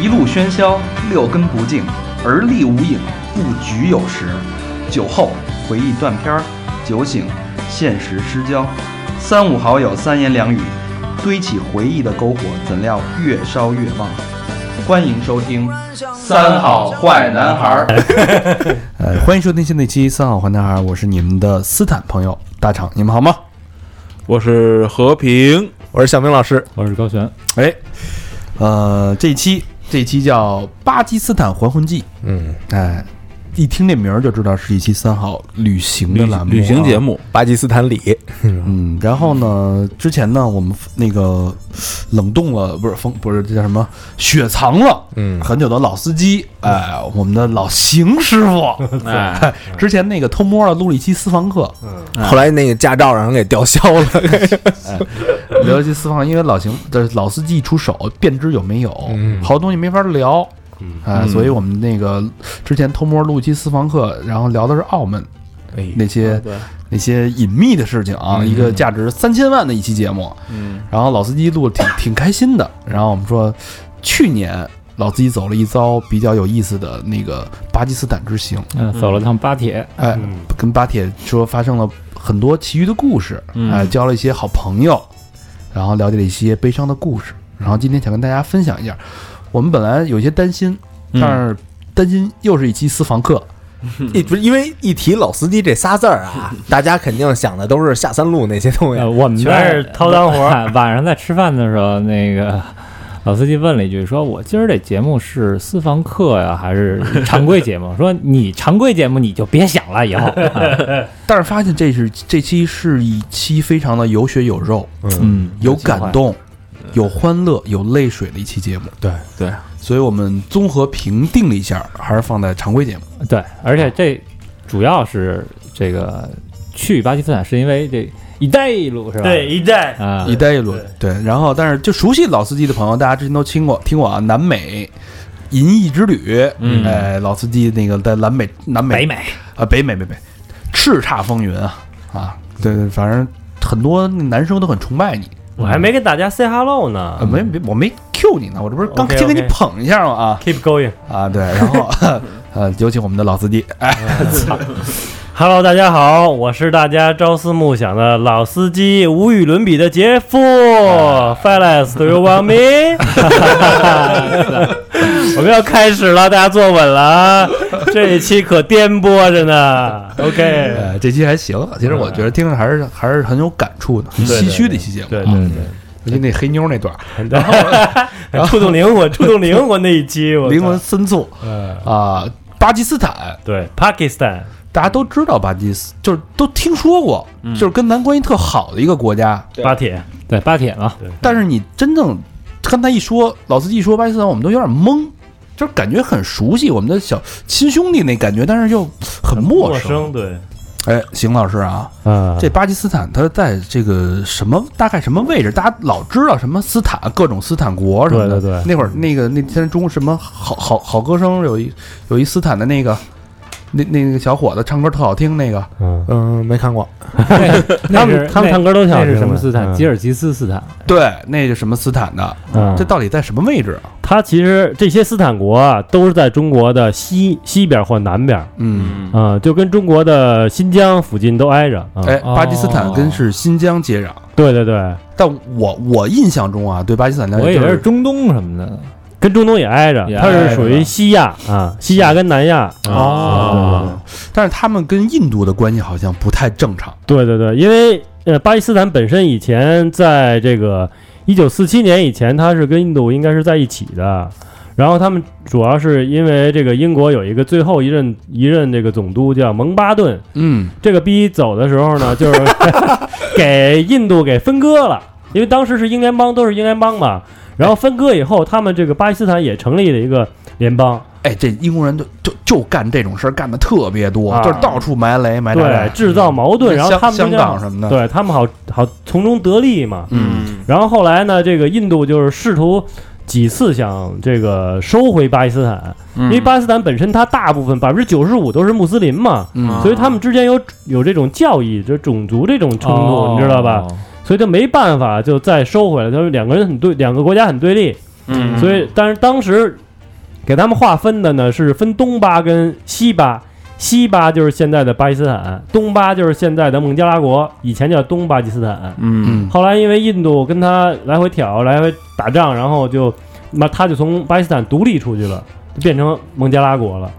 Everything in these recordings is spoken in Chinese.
一路喧嚣，六根不净，而立无影，不局有时。酒后回忆断片儿，酒醒现实失焦。三五好友三言两语，堆起回忆的篝火，怎料越烧越旺。欢迎收听《三好坏男孩儿》。呃，欢迎收听新的一期《三好坏男孩》，我是你们的斯坦朋友大厂，你们好吗？我是和平，我是小明老师，我是高璇，哎，呃，这一期这一期叫《巴基斯坦还魂记》，嗯，哎，一听这名儿就知道是一期三好旅行的旅栏目、啊旅行节。目，巴基斯坦里，嗯，然后呢，之前呢，我们那个冷冻了，不是封，不是这叫什么，雪藏了，嗯很久的老司机，哎，我们的老邢师傅， 哎，哎， 之前那个偷摸了录了一期私房课，后来那个驾照让人给吊销 了，聊一些私房，因为老邢这老司机一出手，便知有没有，嗯好东西没法聊，啊，所以我们那个之前偷摸录一期私房课，然后聊的是澳门嗯那些那些隐秘的事情啊，一个价值三千万的一期节目，嗯，然后老司机录的挺挺开心的，然后我们说去年。老司机走了一遭比较有意思的那个巴基斯坦之行，嗯，走了趟巴铁，哎，跟巴铁说发生了很多其余的故事，嗯哎，交了一些好朋友，然后了解了一些悲伤的故事，然后今天想跟大家分享一下，我们本来有些担心，嗯但是担心又是一期私房课，一不是因为一提老司机这仨字儿嗯啊，大家肯定想的都是下三路那些东西呃，，啊我们嗯全在是掏单活儿晚上在吃饭的时候，那 个老司机问了一句，说我今儿这节目是私房课呀，还是常规节目？ 说你常规节目你就别想了，以 后。但是发现这是这期是一期非常的有血有肉，嗯，有感动，有欢乐，有泪水的一期节目，对对，所以我们综合评定了一下，还是放在常规节目，对，而且这主要是这个去巴基斯坦是因为这“一带一路”是吧？对，一代啊，一带一路对，然后但是就熟悉老司机的朋友，大家之前都听过听过啊，南美银翼之旅，嗯哎，老司机那个在南美南美北美啊北美北美叱咤风云啊啊，对对，反正很多男生都很崇拜你，我还没跟大家 say hello 呢啊、没没我没 Q 你呢，我这不是刚嗯 OK，OK 先给你捧一下吗？啊 Keep going。啊 对，然后呃有请我们的老司机，哎 Hello，大家好，我是大家朝思暮想的老司机，无与伦比的杰夫。Fellas，do 啊 you want me？我们要开始了，大家坐稳了啊，这一期可颠簸着呢。OK，呃这期还行，其实我觉得听着还是还是很有感触的，很嗯对唏嘘的一期节目，对哎啊尤其那黑妞那段儿，触动灵魂，触动啊灵魂那一期，我 操灵魂。深处嗯啊、巴基斯坦，对，Pakistan，大家都知道巴基斯，就是都听说过，就是跟咱关系特好的一个国家。巴铁，啊对巴铁嘛，但是你真正刚才一说，老司机一说巴基斯坦，我们都有点懵，就是感觉很熟悉，我们的小亲兄弟那感觉，但是又很陌陌生，对，哎，邢老师啊，啊这巴基斯坦它在这个什么大概什么位置？大家老知道什么斯坦，各种斯坦国什么的。对对对那会儿那个那天中什么好好好歌声有一有一斯坦的那个那那个小伙子唱歌特好听那个，嗯，嗯，没看过，那他是们他们唱歌都挺好那听是的什么斯坦？嗯吉尔吉斯斯坦。对，那个什么斯坦的，嗯这到底在什么位置啊？它其实这些斯坦国啊，都是在中国的西西边或南边，嗯，嗯，啊、就跟中国的新疆附近都挨着。啊。哎，哦巴基斯坦跟是新疆接壤，对对对，但我我印象中啊，对巴基斯坦了我解以就为是是中东什么的。跟中东也挨着也，它挨是着啊属吧于西亚啊，西亚跟南亚。啊哦，但是他们跟印度的关系好像不太正常。对对对，因为呃，巴基斯坦本身以前在这个一九四七年以前，它是跟印度应该是在一起的。然后他们主要是因为这个英国有一个最后一任一任这个总督叫蒙巴顿，嗯，这个逼走的时候呢，就是 给印度给分割了，因为当时是英联邦，都是英联邦嘛。然后分割以后，他们这个巴基斯坦也成立了一个联邦，哎，这英国人就就就干这种事儿干的特别多，啊就是到处埋雷埋炸对，弹。制造矛盾，然后香他们就嗯香港什么的对他们好好从中得利嘛。嗯，然后后来呢，这个印度就是试图几次想这个收回巴基斯坦，嗯因为巴基斯坦本身它大部分百分之九十五都是穆斯林嘛，嗯哦所以他们之间有有这种教义、这种种族这种冲突，你知道吧？？所以他没办法就再收回来。他说两个人很对，两个国家很对立，嗯所以但是当时给他们划分的呢是分东巴跟西巴，西巴就是现在的巴基斯坦，东巴就是现在的孟加拉国，以前叫东巴基斯坦。嗯后来因为印度跟他来回挑，来回打仗，然后就那他就从巴基斯坦独立出去了，就变成孟加拉国了。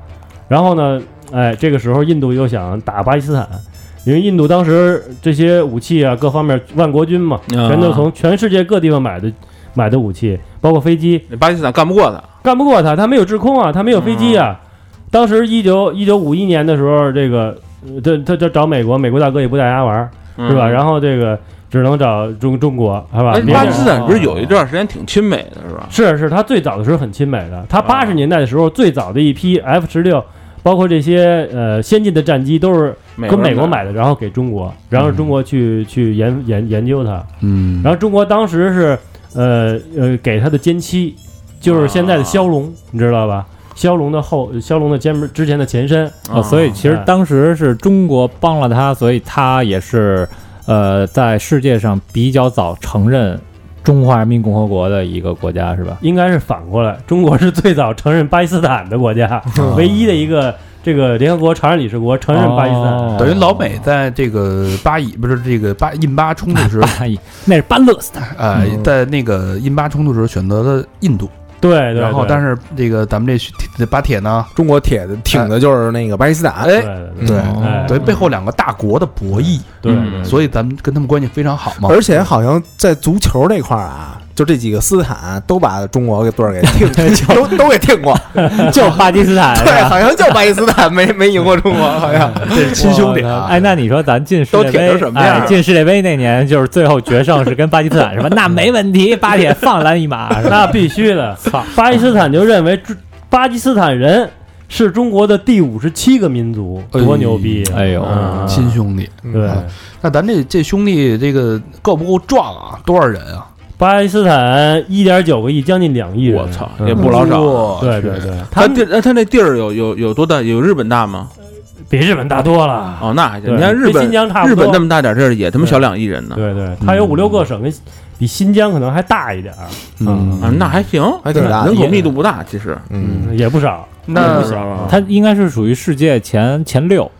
然后呢，哎，这个时候印度又想打巴基斯坦，因为印度当时这些武器啊各方面万国军嘛，啊全都从全世界各地方买的买的武器，包括飞机，巴基斯坦干不过他，干不过他，他没有制空啊，他没有飞机啊。当时一九一九五一年的时候，这个呃他他他找美国，美国大哥也不带他玩儿。是吧？后然后这个只能找中中国，是吧？别哎巴基人斯坦不是有一段时间挺亲美的，是吧？是是，他最早的时候很亲美的，他啊八十年代的时候最早的一批 F 十六，包括这些呃先进的战机都是跟美国买的，然后给中国，然后中国去去研研研究它，嗯然后中国当时是呃呃给他的歼七，就是现在的骁龙，你知道吧？骁龙的后，骁龙的前面之前的前身，哦，所以其实哎当时是中国帮了他，所以他也是呃，在世界上比较早承认中华人民共和国的一个国家，是吧？应该是反过来，中国是最早承认巴基斯坦的国家，唯一的一个这个联合国常任理事国承认巴基斯坦。哦等于 老美在这个巴以不是这个巴印巴冲突时， 嗯哎那是巴勒斯坦，呃，在那个印巴冲突时选择了印度，对对对，然后但是这个咱们这去这巴铁呢，中国铁的挺的就是那个巴基斯坦，对哎，对对，哦等于背后两个大国的博弈，对嗯对，所以咱们跟他们关系非常好嘛。而且好像在足球那块儿啊，就这几个斯坦都把中国给队儿给 听，都都给听过，就巴基斯哎坦，是啊对，吧好像就巴基斯坦没没赢过中国，好像这是亲哦兄弟啊！ 哎，那你说咱进世都界杯舔成什，么样哎，了进世界杯那年就是最后决胜是跟巴基斯 坦是吧？那没问题，巴铁放咱一马，是吧？那必须的。操巴基斯坦就认为中巴基斯坦人是中国的第五十七个民族，哎呦多牛逼！哎呦嗯亲兄弟，对，那咱这这兄弟这个够不够壮啊？多少人啊？巴基斯坦一点九个亿，将近两亿人。我操，嗯也不老少。哇对对对，他他地那他那地儿有有有多大？有日本大吗？比日本大多了。哦，那还行。对你看日跟本新疆差不日多本那么大点地儿，也他妈小两亿人呢。嗯对对，它有五六个省，跟比新疆可能还大一点儿，嗯啊，那还行，还挺大的人口密度不大，其实。嗯，也不少。那不小啊他应该是属于世界前前六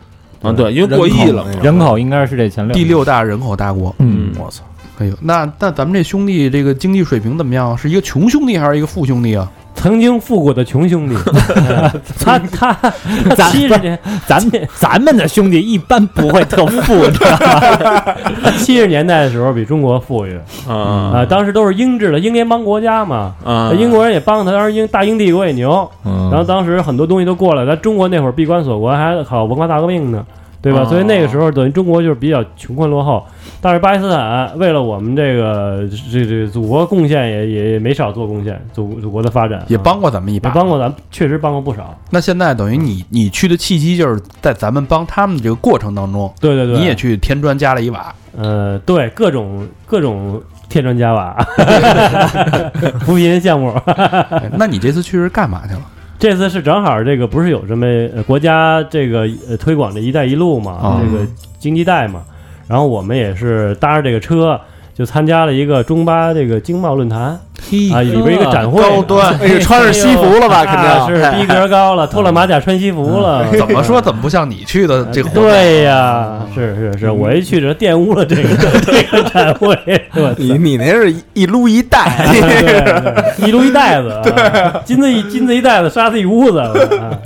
啊，对，因为过亿了嘛。人口，应该是世界前六。哦第，六大人口大国，嗯，我操，哎呦，那那咱们这兄弟这个经济水平怎么样？是一个穷兄弟还是一个富兄弟啊？曾经富过的穷兄 弟，嗯他他他咱七十年咱们咱们的兄弟一般不会特富， 你知道吗？他 七十年代的时候比中国富裕啊、啊当时都是英制的英联邦国家嘛，啊！英国人也帮他，当时英大英帝国也牛，然后嗯，当时很多东西都过来，咱中国那会儿闭关锁国还搞文化大革命呢，对啊吧？哦所以那个时候等于中国就是比较穷困落后，但是巴基斯坦为了我们这个这这祖国贡献也也也没少做贡献，祖祖国的发展啊也帮过咱们一嗯也把，帮过咱们，确实帮过不少。那现在等于你你去的契机就是在咱们帮他们这个过程当中，对对对，你也去添砖加了一瓦，呃，对，各种各种添砖加瓦， 扶贫项目。哎那你这次去是干嘛去了？这次是正好这个不是有这么、呃、国家这个呃推广这“一带一路”嘛，啊这个经济带嘛，然后我们也是搭着这个车。就参加了一个中巴这个经贸论坛嘿啊，里边一个展会，高端哎呦，穿着西服了吧？肯啊定嗯是 逼格高了，脱了马甲穿西服了，怎么说怎么不像你去的这哎活动？对呀，是是嗯是，我一去这玷污了这个 这个展会，我操你你那是一一撸一带，对对，一撸一袋子，啊，金子一金子一袋子，沙子一屋子，啊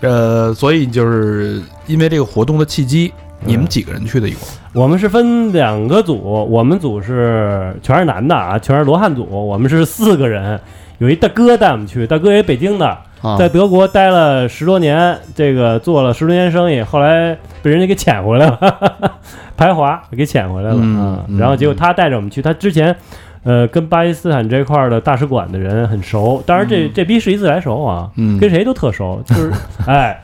呃，所以就是因为这个活动的契机，你们几个人去的一共？我们是分两个组，我们组是全是男的啊，全是罗汉组，我们是四个人，有一大哥带我们去，大哥也北京的，啊在德国待了十多年，这个做了十多年生意，后来被人家给遣回来了， 排华给遣回来了嗯啊、嗯然后结果他带着我们去，他之前。呃，跟巴基斯坦这块儿的大使馆的人很熟，当然这、这逼是一自来熟啊，嗯跟谁 都特熟，就是呃哎，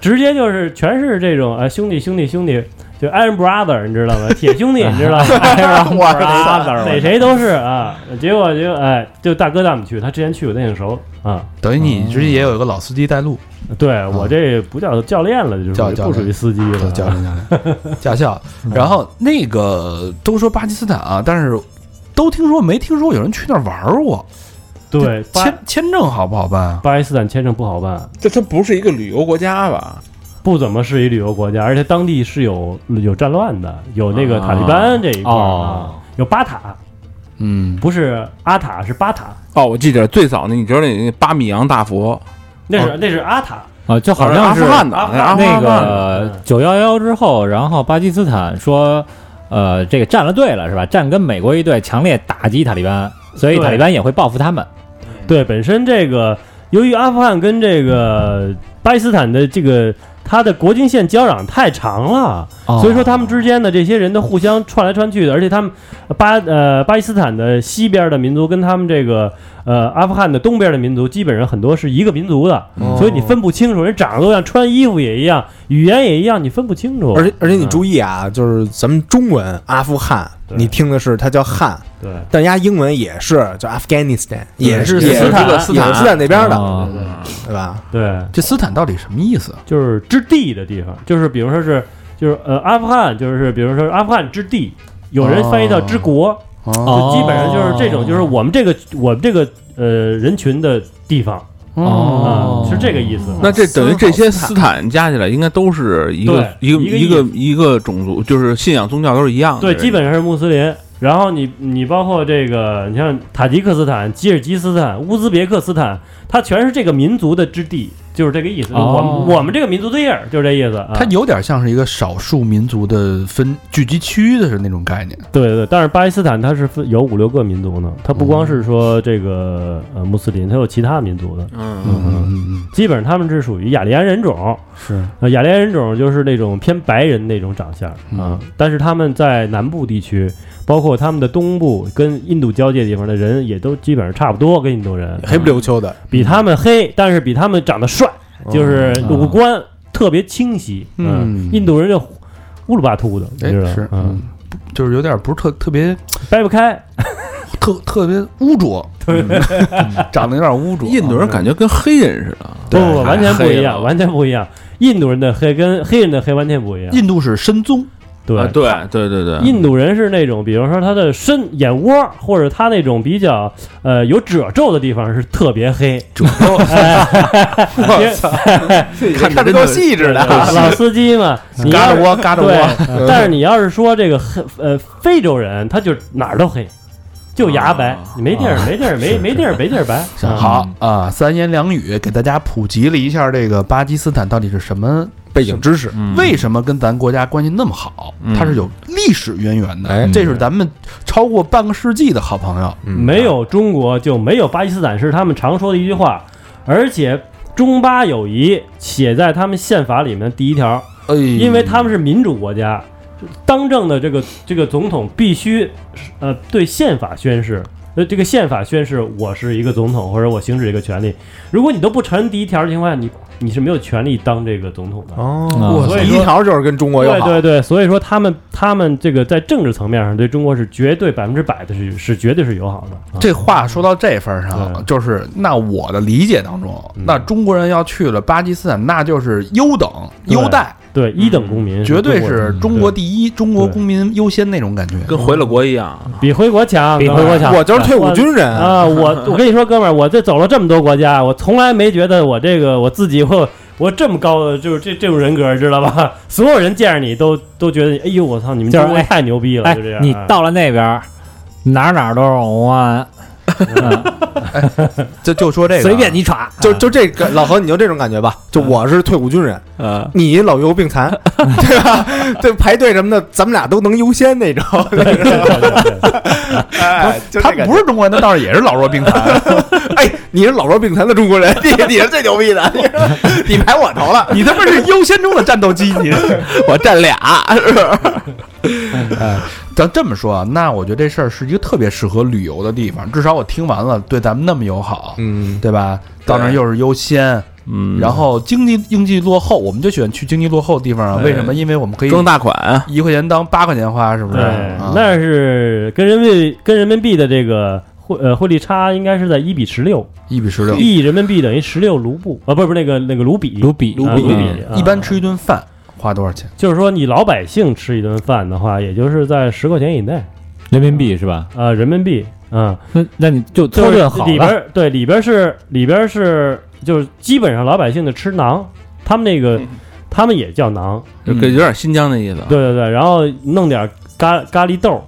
直接就是全是这种啊、哎兄弟兄弟兄弟，就 Iron Brother，你知道吗？铁兄弟，你知道吗？Iron Brother，哪谁都是啊。结果就哎，就大哥带我们去，他之前去我都挺熟啊。等于你之前也有一个老司机带路，对我这不叫教练了，就是嗯教我就不属于司机了。教练教练驾 校。然后那个都说巴基斯坦啊，但是都听说没听说有人去那儿玩过。对，巴签签证好不好办啊？巴基斯坦签证不好办，这它不是一个旅游国家吧？不怎么是一旅游国家，而且当地是有有战乱的，有那个塔利班这一块儿啊，有巴塔，嗯，不是阿塔是巴塔，哦，我记得最早那，你知道那那巴米扬大佛，那哦是那是阿塔，啊，就好阿像富是汗的，阿富阿富那汗嗯的个九幺幺之后，然后巴基斯坦说，呃，这个站了队了是吧？站跟美国一队，强烈打击塔利班，所以对塔利班也会报复他们。对，本身这个由于阿富汗跟这个巴基斯坦的这个它的国境线交壤太长了，哦所以说他们之间的这些人的互相串来串去的，而且他们巴呃巴基斯坦的西边的民族跟他们这个呃阿富汗的东边的民族基本上很多是一个民族的，所以你分不清楚，人长得都一样，穿衣服也一样，语言也一样，你分不清楚。而且而且你注意啊，就是咱们中文阿富汗，对你听的是它叫汉，对但人家英文也是叫 Afghanistan，也是也也是是斯坦也是斯坦那边的，啊对吧？对，这斯坦到底什么意思？就是之地的地方，就是比如说是就是呃阿富汗，就是比如说是阿富汗之地，有人翻译到之国，哦哦就基本上就是这种，就是我们这个我们这个呃人群的地方啊、哦嗯是这个意思。那这等于这些斯坦加起来，应该都是一个对一个一一个个一个种族，就是信仰宗教都是一样的。对，基本上是穆斯林。然后你你包括这个，你像塔吉克斯坦、吉尔吉斯斯坦、乌兹别克斯坦，它全是这个民族的之地，就是这个意思。哦我们我们这个民族的印儿就是这意思啊。它有点像是一个少数民族的分聚集区的是那种概念。对对，但是巴基斯坦它是分有五六个民族呢，它不光是说这个呃穆斯林，它有其他民族的，嗯，嗯嗯基本上他们是属于雅利安人种，是呃雅利安人种就是那种偏白人那种长相啊、嗯但是他们在南部地区，包括他们的东部跟印度交界地方的人也都基本上差不多，跟印度人嗯黑不溜秋的，比他们黑，但是比他们长得帅，就是五官特别清晰，嗯印度人就乌鲁巴秃的，你哎知道吗是嗯，嗯，就是有点不是特特别掰不开，特特别污浊，嗯对。长得有点污浊。印度嗯人感觉跟黑人似的，不不，不完全太不黑一样，了完全不一样。印度人的黑跟黑人的黑完全不一样。印度是深棕，对啊对对对对，印度人是那种，比如说他的身眼窝，或者他那种比较呃有褶皱的地方是特别黑。褶皱，看着够细致的。老司机嘛，你嘎着要是窝，嘎着窝。对，但是你要是说这个黑呃非洲人，他就哪儿都黑，就牙白啊，你没地儿没地儿没没地儿没地儿白。啊好啊，三言两语给大家普及了一下这个巴基斯坦到底是什么背景知识，嗯为什么跟咱国家关系那么好？嗯它是有历史渊源的，哎这是咱们超过半个世纪的好朋友。嗯没有中国就没有巴基斯坦，是他们常说的一句话。而且中巴友谊写在他们宪法里面第一条，哎，因为他们是民主国家，当政的这个这个总统必须呃对宪法宣誓。呃，这个宪法宣誓，我是一个总统，或者我行使这个权利。如果你都不承认第一条的情况下，你你是没有权利当这个总统的。哦，啊所以第一说条就是跟中国友对好，对对，所以说他们他们这个在政治层面上对中国是绝对百分之百的是是绝对是友好的。啊这话说到这份儿上，对就是那我的理解当中，嗯那中国人要去了巴基斯坦，那就是优等对优待，啊对一等公民嗯绝对嗯中国是人中国第一，中国公民优先那种感觉。跟回了国一样，比回国强，比回国强我就是退伍军人，啊！我我跟你说，哥们儿，我这走了这么多国家，我从来没觉得我这个我自己我我这么高的就是这这种人格，知道吧？ 所有人见着你都都觉得，哎呦，我操，你们就是中国哎太牛逼了，哎就这样。，你啊到了那边儿，哪儿哪儿都是红安，就就说这个，啊随便你耍，就就这个老何，你就这种感觉吧。就我是退伍军人，呃，你老弱病残，对吧？ 对排队什么的，咱们俩都能优先那种。哎，就他这感觉不是中国人，他倒是也是老弱病残。哎，你是老弱病残的中国人，你你是最牛逼的， 你你排我 头了，你他妈是优先中的战斗机，你 这。我占俩。哎，咱这么说啊，那我觉得这事儿是一个特别适合旅游的地方，至少我听完了，对咱们那么友好，嗯，对吧？到那儿又是优先，嗯，然后经济经济落后，我们就喜欢去经济落后的地方啊。哎为什么？因为我们可以装大款，一块钱当八块钱花，是不是？对啊，那是跟人民币跟人民币的这个汇呃汇率差应该是在一比十六，一比十六。一人民币等于十六卢布啊，不是不是那个那个卢比，卢比卢比卢比嗯，一般啊吃一顿饭花多少钱？就是说你老百姓吃一顿饭的话，也就是在十块钱以内人民币是吧？啊，人民币啊，那那你就就凑是顿好里边了，儿对里边儿是里边儿是就是基本上老百姓的吃囊，他们那嗯个他们也叫馕，就给有点新疆那意思啊。对对对，然后弄点咖咖喱豆儿，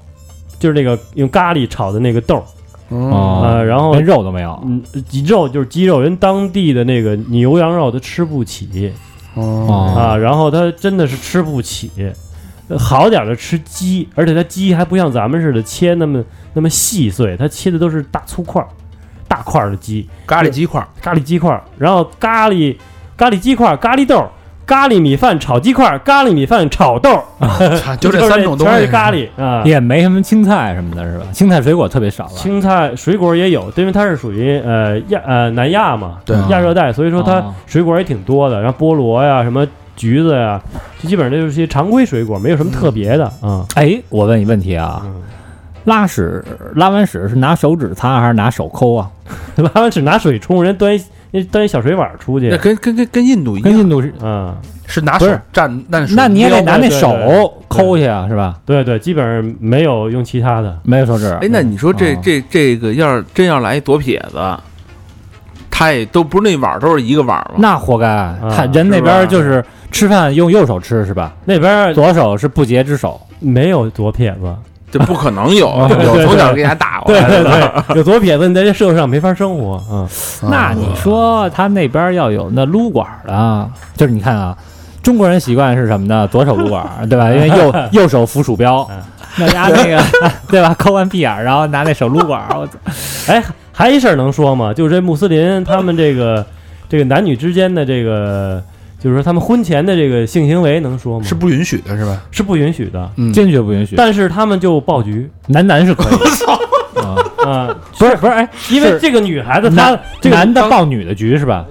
就是那个用咖喱炒的那个豆儿，哦，哦呃然后连肉都没有。嗯，鸡肉就是鸡肉，人当地的那个牛羊肉他吃不起哦，啊，然后他真的是吃不起，呃好点儿的吃鸡，而且他鸡还不像咱们似的切那么那么细碎，他切的都是大粗块儿，大块儿的鸡，咖喱鸡块儿，咖喱鸡块儿，然后咖喱咖喱鸡块儿、咖喱豆儿、咖喱米饭炒鸡块儿、咖喱米饭炒豆儿，啊就这 三种东呃全西。是咖喱啊。也没什么青菜什么的，是吧？青菜水果特别少了。青菜、水果也有，因为它是属于呃亚呃南亚嘛，啊对亚热带，所以说它哦水果也挺多的，然后菠萝呀、什么橘子呀，就基本上就是些常规水果，没有什么特别的啊。哎，我问你问题啊，嗯拉屎拉完屎是拿手指擦还是拿手抠啊？拉 完屎拿水冲，人端一端一小水碗出去那，跟跟跟跟印度一跟样，印度是，嗯，是拿不手是蘸，那那你也得拿那手对对对抠去啊，是吧？对对，基本上没有用其他的。没有手指。哎，那你说这哦这这个要是真要来一左撇子，他也都不是那碗都是一个碗吗？那活该，他人那是吧边就是吃饭用右手吃是吧？那边儿左手是不洁之手，没有左撇子，这不可能 有，哦有从小给他打过对来对的。对，有左撇子，你在这社会上没法生活。嗯，那你说他那边要有那撸管儿的啊，就是你看啊，中国人习惯是什么呢？左手撸管儿，对吧？因为右右手扶鼠标，那家那个 对吧？抠完屁眼儿，然后拿那手撸管儿，我操哎，还一事儿能说吗？就是这穆斯林他们这个这个男女之间的这个，就是说他们婚前的这个性行为能说吗？是不允许的是吧？是不允许的，嗯，坚决不允许。但是他们就爆菊男男是可以，啊，啊， 不是不是，哎，因为是这个女孩子她男这个男的抱女的局是吧？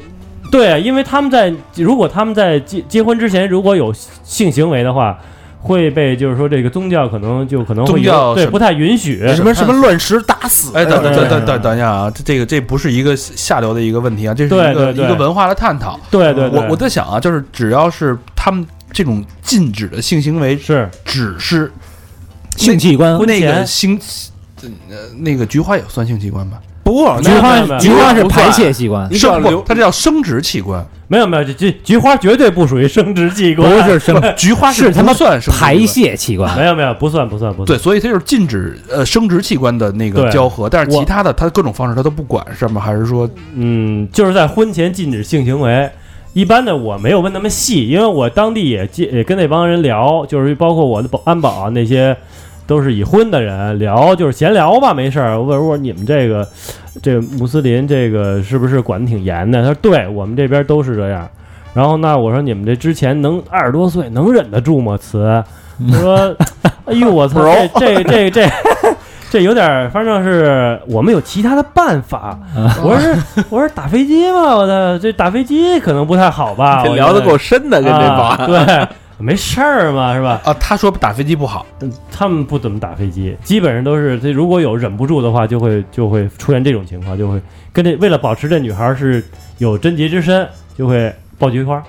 对，啊因为他们在如果他们在结结婚之前如果有性行为的话。会被就是说这个宗教可能就可能会宗教有对什么不太允许，什么什么乱石打死，哎，等等对等等等等一下啊，这这个这不是一个下流的一个问题啊，这是对一个对对一个文化的探讨。对对对，我我在想啊，就是只要是他们这种禁止的性行为，是只是性器官婚那前个性，呃，那个菊花也算性器官吧？不过菊没有没有没花有菊花是不算排泄器官，你只要生不留，它这叫生殖器官，没有没有，这这菊花绝对不属于生殖器不官，是生菊花是他妈不算生殖器官排泄器官。没有没有，不算不算不算。对，所以它就是禁止呃生殖器官的那个对交合，但是我其他的它各种方式它都不管，是吗？还是说嗯，就是在婚前禁止性行为。一般的我没有问那么细，因为我当地也接也跟那帮人聊，就是包括我的保安保啊那些，都是已婚的人聊，就是闲聊吧，没事儿。我问我说你们这个这个穆斯林这个是不是管的挺严的？他说对我们这边都是这样。然后那我说你们这之前能二十多岁能忍得住吗？词，他说哎呦我操，这这这这这有点儿，反正是我们有其他的办法。我说是我说打飞机嘛，我操，这打飞机可能不太好 吧？这我聊觉得够深的，跟这帮啊，对， 没事儿嘛，是吧？啊？他说打飞机不好，他们不怎么打飞机，基本上都是这如果有忍不住的话，就会就会出现这种情况，就会跟这为了保持这女孩是有贞洁之身，就会爆菊花。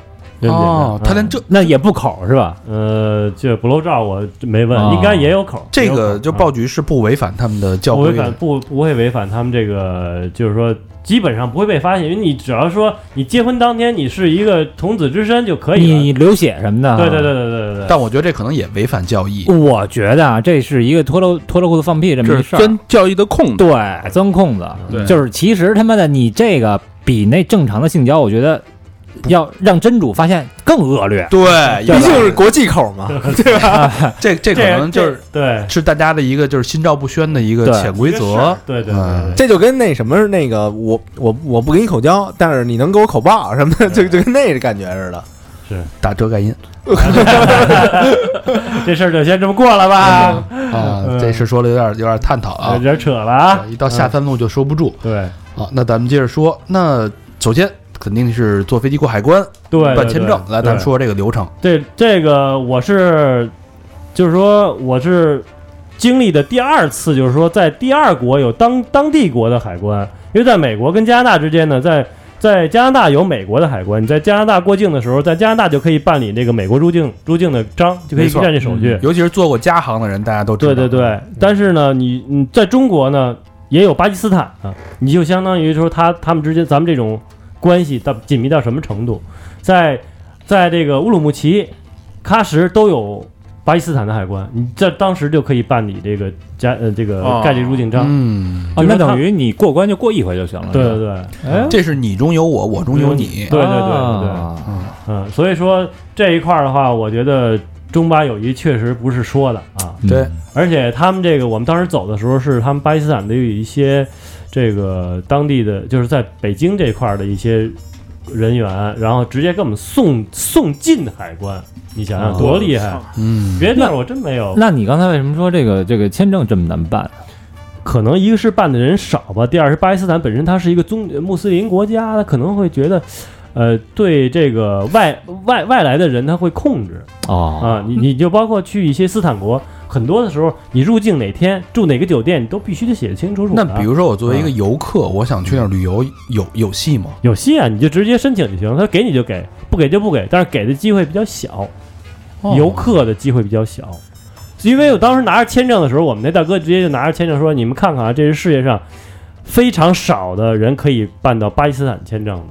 就这么简单哦，他连嗯这那也不口是吧？呃，这不漏照我没问，哦应该也有口。这也有口个就嗯爆菊是不违反他们的教不规违反的。不不会违反他们这个，就是说基本上不会被发现，因为你只要说你结婚当天你是一个童子之身就可以了。你流血什么的，对对对。对对对对，但我觉得这可能也违反教义。我觉得啊，这是一个脱了脱了裤子放屁这么这一是事儿，钻教育的嗯空子。对钻空子，对就是其实他妈的你这个比那正常的性交，我觉得要让真主发现更恶劣。对，毕毕竟竟是国际口嘛， 这这可这能就是这对是大家的一个就是心照不宣的一个对潜规这个事则儿。对对嗯对对这就跟那什么那个我我我不给你口交，但是你能给我口爆什么的，就就跟那感觉似的。打遮盖音对，这事儿就先这么过了吧，啊，嗯这事说的有点有点探讨有啊，点扯了啊。一到下三路就收不住对，啊。那咱们接着说，那首先肯定是坐飞机过海关，对对办签证。对来，咱们对说说这个流程。这这个我是，就是说我是经历的第二次，就是说在第二国有当当地国的海关，因为在美国跟加拿大之间呢，在在加拿大有美国的海关，你在加拿大过境的时候，在加拿大就可以办理这个美国入境入境的章，就可以没错嗯办这手续。尤其是做过家航的人，大家都知道。嗯对对对，但是呢，你你在中国呢也有巴基斯坦啊，你就相当于说他他们之间咱们这种关系到紧密到什么程度，在在这个乌鲁木齐、喀什都有巴基斯坦的海关，你在当时就可以办理这个加呃这个哦盖这入境章。嗯，就哦，是那他等于你过关就过一回就行了。对对是吧，对，哎，这是你中有我，我中有你。对对对对对，啊嗯，所以说这一块儿的话，我觉得中巴友谊确实不是说的啊，对嗯而且他们这个，我们当时走的时候是他们巴基斯坦的有一些这个当地的，就是在北京这块儿的一些人员，然后直接给我们送送进海关，你想想哦多厉害！嗯，别的地儿我真没有，那你刚才为什么说这个这个签证这么难办？可能一个是办的人少吧，第二是巴基斯坦本身它是一个宗穆斯林国家，他可能会觉得。呃，对这个外外外来的人，他会控制哦，啊，你你就包括去一些斯坦国，很多的时候，你入境哪天住哪个酒店，你都必须得写得清楚楚那的。比如说我作为一嗯个游客，我想去那儿旅游，有有戏吗？有戏啊，你就直接申请就行，他给你就给，不给就不给，但是给的机会比较小，游客的机会比较小。因为我当时拿着签证的时候，我们那大哥直接就拿着签证说：“你们看看啊，这是世界上非常少的人可以办到巴基斯坦签证的，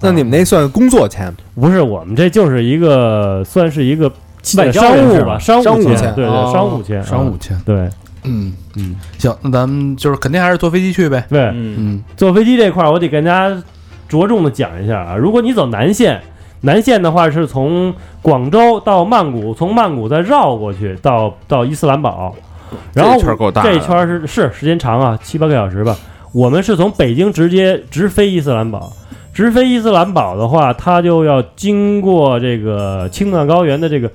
那你们那算工作签？不是我们这就是一个算是一个外交商人士务吧，商商务签，签对哦对，商务签，商务啊签。对嗯嗯，行，那咱们就是肯定还是坐飞机去呗。对。嗯，嗯，坐飞机这块，儿，我得跟大家着重的讲一下啊。如果你走南线，南线的话是从广州到曼谷，从曼谷再绕过去到到伊斯兰堡，然后这圈儿够大的这圈儿是是时间长啊，七八个小时吧。我们是从北京直接直飞伊斯兰堡，直飞伊斯兰堡的话，它就要经过这个青藏高原的这个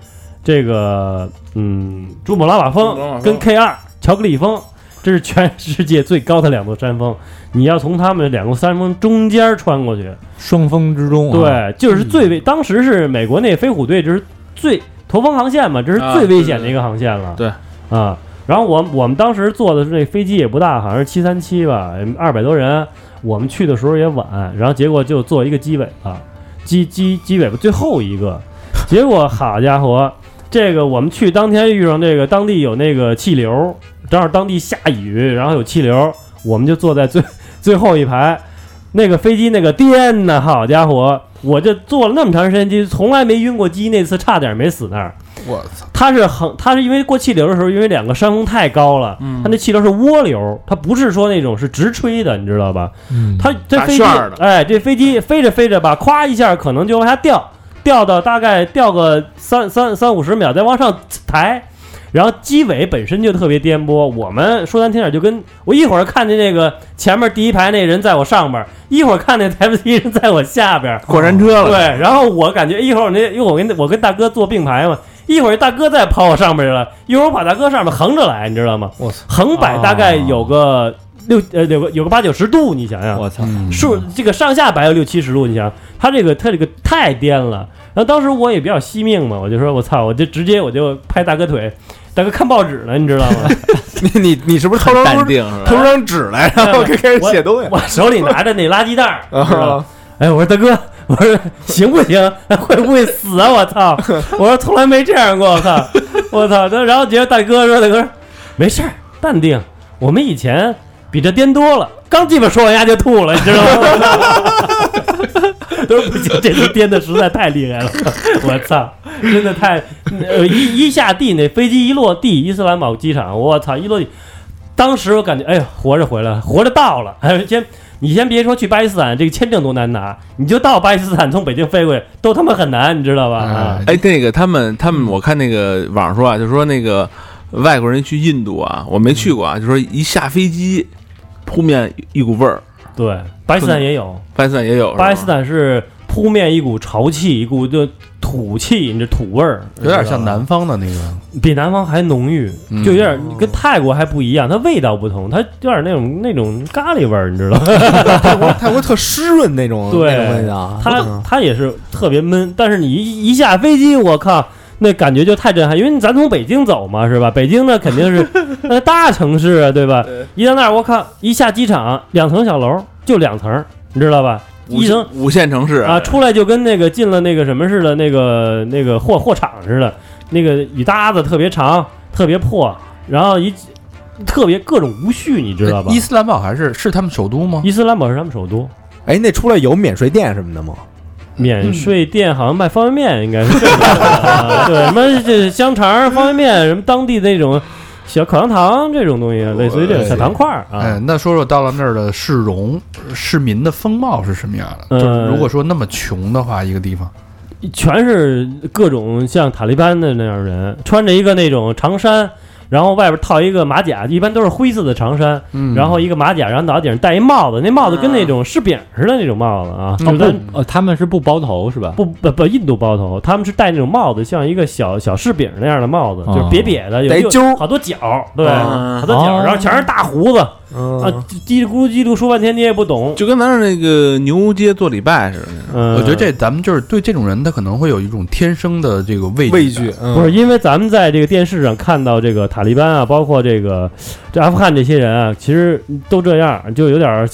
这个嗯珠穆朗玛珠穆朗玛峰峰跟 K 二乔克里峰，这是全世界最高的两座山峰。你要从他们两座山峰中间穿过去，双峰之中，，啊对，就是最危。当时是美国那飞虎队，这是最驼峰航线嘛，这是啊最危对险的对一个航线了。对啊，然后我我们当时坐的是那飞机也不大，好像是七三七吧，嗯二百多人。我们去的时候也晚，然后结果就坐一个机尾巴，机机机尾巴最后一个，结果好家伙，这个我们去当天遇上这个当地有那个气流，正好当地下雨，然后有气流，我们就坐在最 最后一排。那个飞机那个颠呐，好家伙！我这坐了那么长时间机，从来没晕过机，那次差点没死那儿。我操，它是横，它是因为过气流的时候，因为两个山峰太高了，嗯它那气流是涡流，它不是说那种是直吹的，你知道吧？它这打飞机嗯旋儿的，哎，这飞机飞着飞着吧，咵一下可能就往下掉，掉到大概掉个三三三五十秒，再往上抬。然后机尾本身就特别颠簸，我们说难听点，就跟我一会儿看见那个前面第一排那人在我上边儿，一会儿看见台阶人在我下边儿，过山车了，对，然后我感觉一会儿我那，因为我跟我跟大哥做并排嘛，一会儿大哥再跑我上面去了，一会儿我把大哥上面横着来，你知道吗？我操！横摆大概有个六呃有个有个八九十度，你想想，我操，数这个上下摆有六七十度，你想他这个他这个太颠了。然后当时我也比较惜命嘛，我就说我操，我就直接我就拍大哥腿，大哥看报纸呢，你知道吗？ 你你你是不是偷淡张定是偷吧？张纸来，然后开始写东西？我手里拿着那垃圾袋儿，你知道吗啊，哎，我说大哥，我说行不行？会不会死啊？我操！我说从来没这样过，我操！我操！然后结果大哥说，大哥说没事儿，淡定，我们以前比这颠多了。刚鸡巴说完丫就吐了，你知道吗？ 都说不行，这次颠的实在太厉害了，我操！真的太，呃，一一下地那飞机一落地，伊斯兰堡机场，我操，一落地，当时我感觉，哎呦，活着回来了，活着到了，还有先你先别说去巴基斯坦，这个签证多难拿，你就到巴基斯坦从北京飞过去都他妈很难，你知道吧？啊，哎，那个他们他们，我看那个网上说啊，就说那个外国人去印度啊，我没去过嗯啊，就说一下飞机，扑面一股味儿，对，巴基斯坦也有，巴基斯坦也有，是吧巴基斯坦是扑面一股潮气，一股就土气，你这土味儿，有点像南。南方的那个，比南方还浓郁，嗯就有点跟泰国还不一样，它味道不同，它有点那种那种咖喱味儿，你知道吗？泰国泰国特湿润那种对那种味道，啊嗯它它也是特别闷，但是你一一下飞机，我靠，那感觉就太震撼，因为咱从北京走嘛，是吧？北京那肯定是那大城市啊，对吧？一到那儿，我靠，一下机场，两层小楼，就两层，你知道吧？五一层五线城市啊，，出来就跟那个进了那个什么似的，那个那个货货场似的，那个雨搭子特别长，特别破，然后一特别各种无序，你知道吧伊？斯兰堡还是是他们首都吗？伊斯兰堡是他们首都，哎，那出来有免税店什么的吗？嗯免税店好像卖方便面，应该是、 啊、对什么这香肠、方便面，什么当地那种小口香糖这种东西，类似于这种小糖块儿哎啊，，那说说到了那儿的市容、市民的风貌是什么样的？就是呃如果说那么穷的话，一个地方，全是各种像塔利班的那样人，穿着一个那种长衫。然后外边套一个马甲，一般都是灰色的长衫，嗯然后一个马甲，然后脑顶上戴一帽子，那帽子跟那种柿饼似的那种帽子啊，哦就咱不，呃，他们是不包头是吧？不不不印度包头，他们是戴那种帽子，像一个小小柿饼那样的帽子，哦就是瘪瘪的，有带有揪儿好多角，对，啊好多角，哦然后全是大胡子啊，嗯，叽里咕噜叽里咕噜说半天你也不懂，就跟咱这那个牛街做礼拜似的，嗯，我觉得这咱们就是对这种人，他可能会有一种天生的这个畏畏惧啊惧，嗯不不是因为咱们在这个电视上看到这个塔利班啊，包括这个这阿富汗这些人啊，其实都这样，就有点儿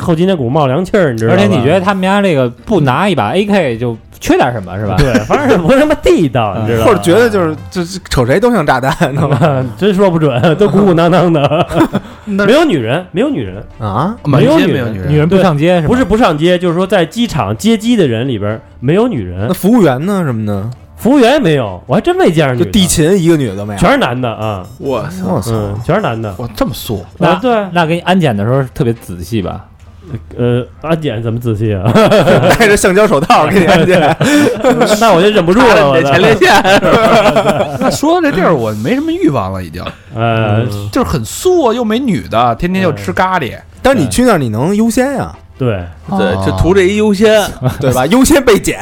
后脊梁骨冒凉气儿，你知道而吧？且你觉得他们家这个不拿一把 AK 就缺点什么是吧？对，反正也不是那么地道，你知道吗？或者觉得就是就是瞅谁都像炸弹呢啊， 真说不准，都鼓鼓囊囊的，没有女人，没有女人，啊，满街没有没女有人女女人，人不上街是吧？不是不上街，就是说在机场接机的人里边儿没有女人那，服务员呢什么的，服务员也没有，我还真没见着女就的，地勤一个女的没有，全是男的啊，我我操，嗯，全是男的，哇，这么素，那啊对，那给你安检的时候特别仔细吧？呃，安检怎么仔细啊？ 戴着橡胶手套给你安检， 那我就忍不住了，我这前列的， 腺那说到这地儿，我没什么欲望了，已经，呃，就是很素啊，又没女的，天天又吃咖喱，啊但是你去那儿你能优先呀， 对，嗯哦对，就图这一优先，对吧？优先被检，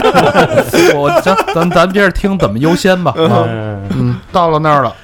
我咱咱咱接着听怎么优先吧。啊嗯，嗯，到了那儿了，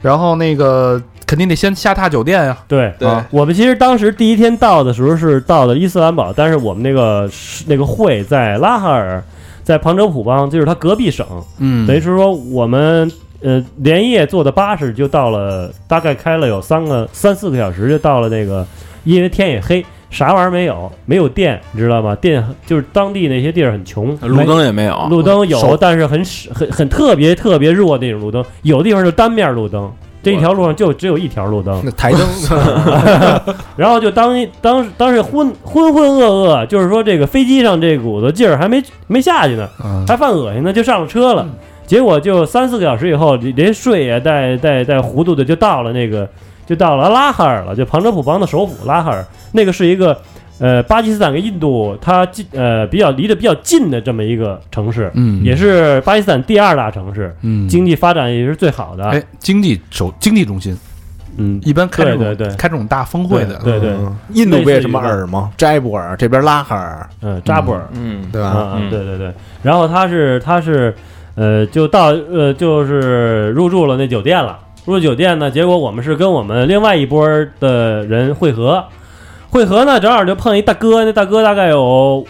然后那个肯定得先下榻酒店呀、对。对，啊我们其实当时第一天到的时候是到的伊斯兰堡，但是我们那个那个会在拉哈尔，在旁遮普邦，就是它隔壁省，嗯等于是说我们呃连夜坐的巴士就到了，大概开了有三个三四个小时就到了那个，因为天也黑，啥玩意儿没有，没有电，你知道吗？电就是当地那些地儿很穷，路灯也没有，路灯有，手但是很少很很特别特别弱那种路灯，有的地方就单面路灯。这一条路上就只有一条路嗯灯， 那 台灯，然后就当一当当时浑浑浑噩噩，就是说这个飞机上这股子劲儿还没没下去呢，嗯，还犯恶心呢，就上了车了。结果就三四个小时以后，连连睡也带带带糊涂的就到了那个，就到了拉哈尔了，就旁遮普邦的首府拉哈尔。那个是一个呃巴基斯坦跟印度它近呃比较离得比较近的这么一个城市，嗯也是巴基斯坦第二大城市，嗯经济啊发展也是最好的。哎，经济首经济中心，嗯，一般开这种对对对开这种大峰会的，对对，嗯印度不也什么尔吗？斋布尔这边拉哈尔，嗯，扎布尔。嗯，对吧？啊、嗯对对对。然后他是他是，呃，就到呃就是入住了那酒店了。入酒店呢，结果我们是跟我们另外一波的人汇合，汇合呢正好就碰一大哥，那大哥大概有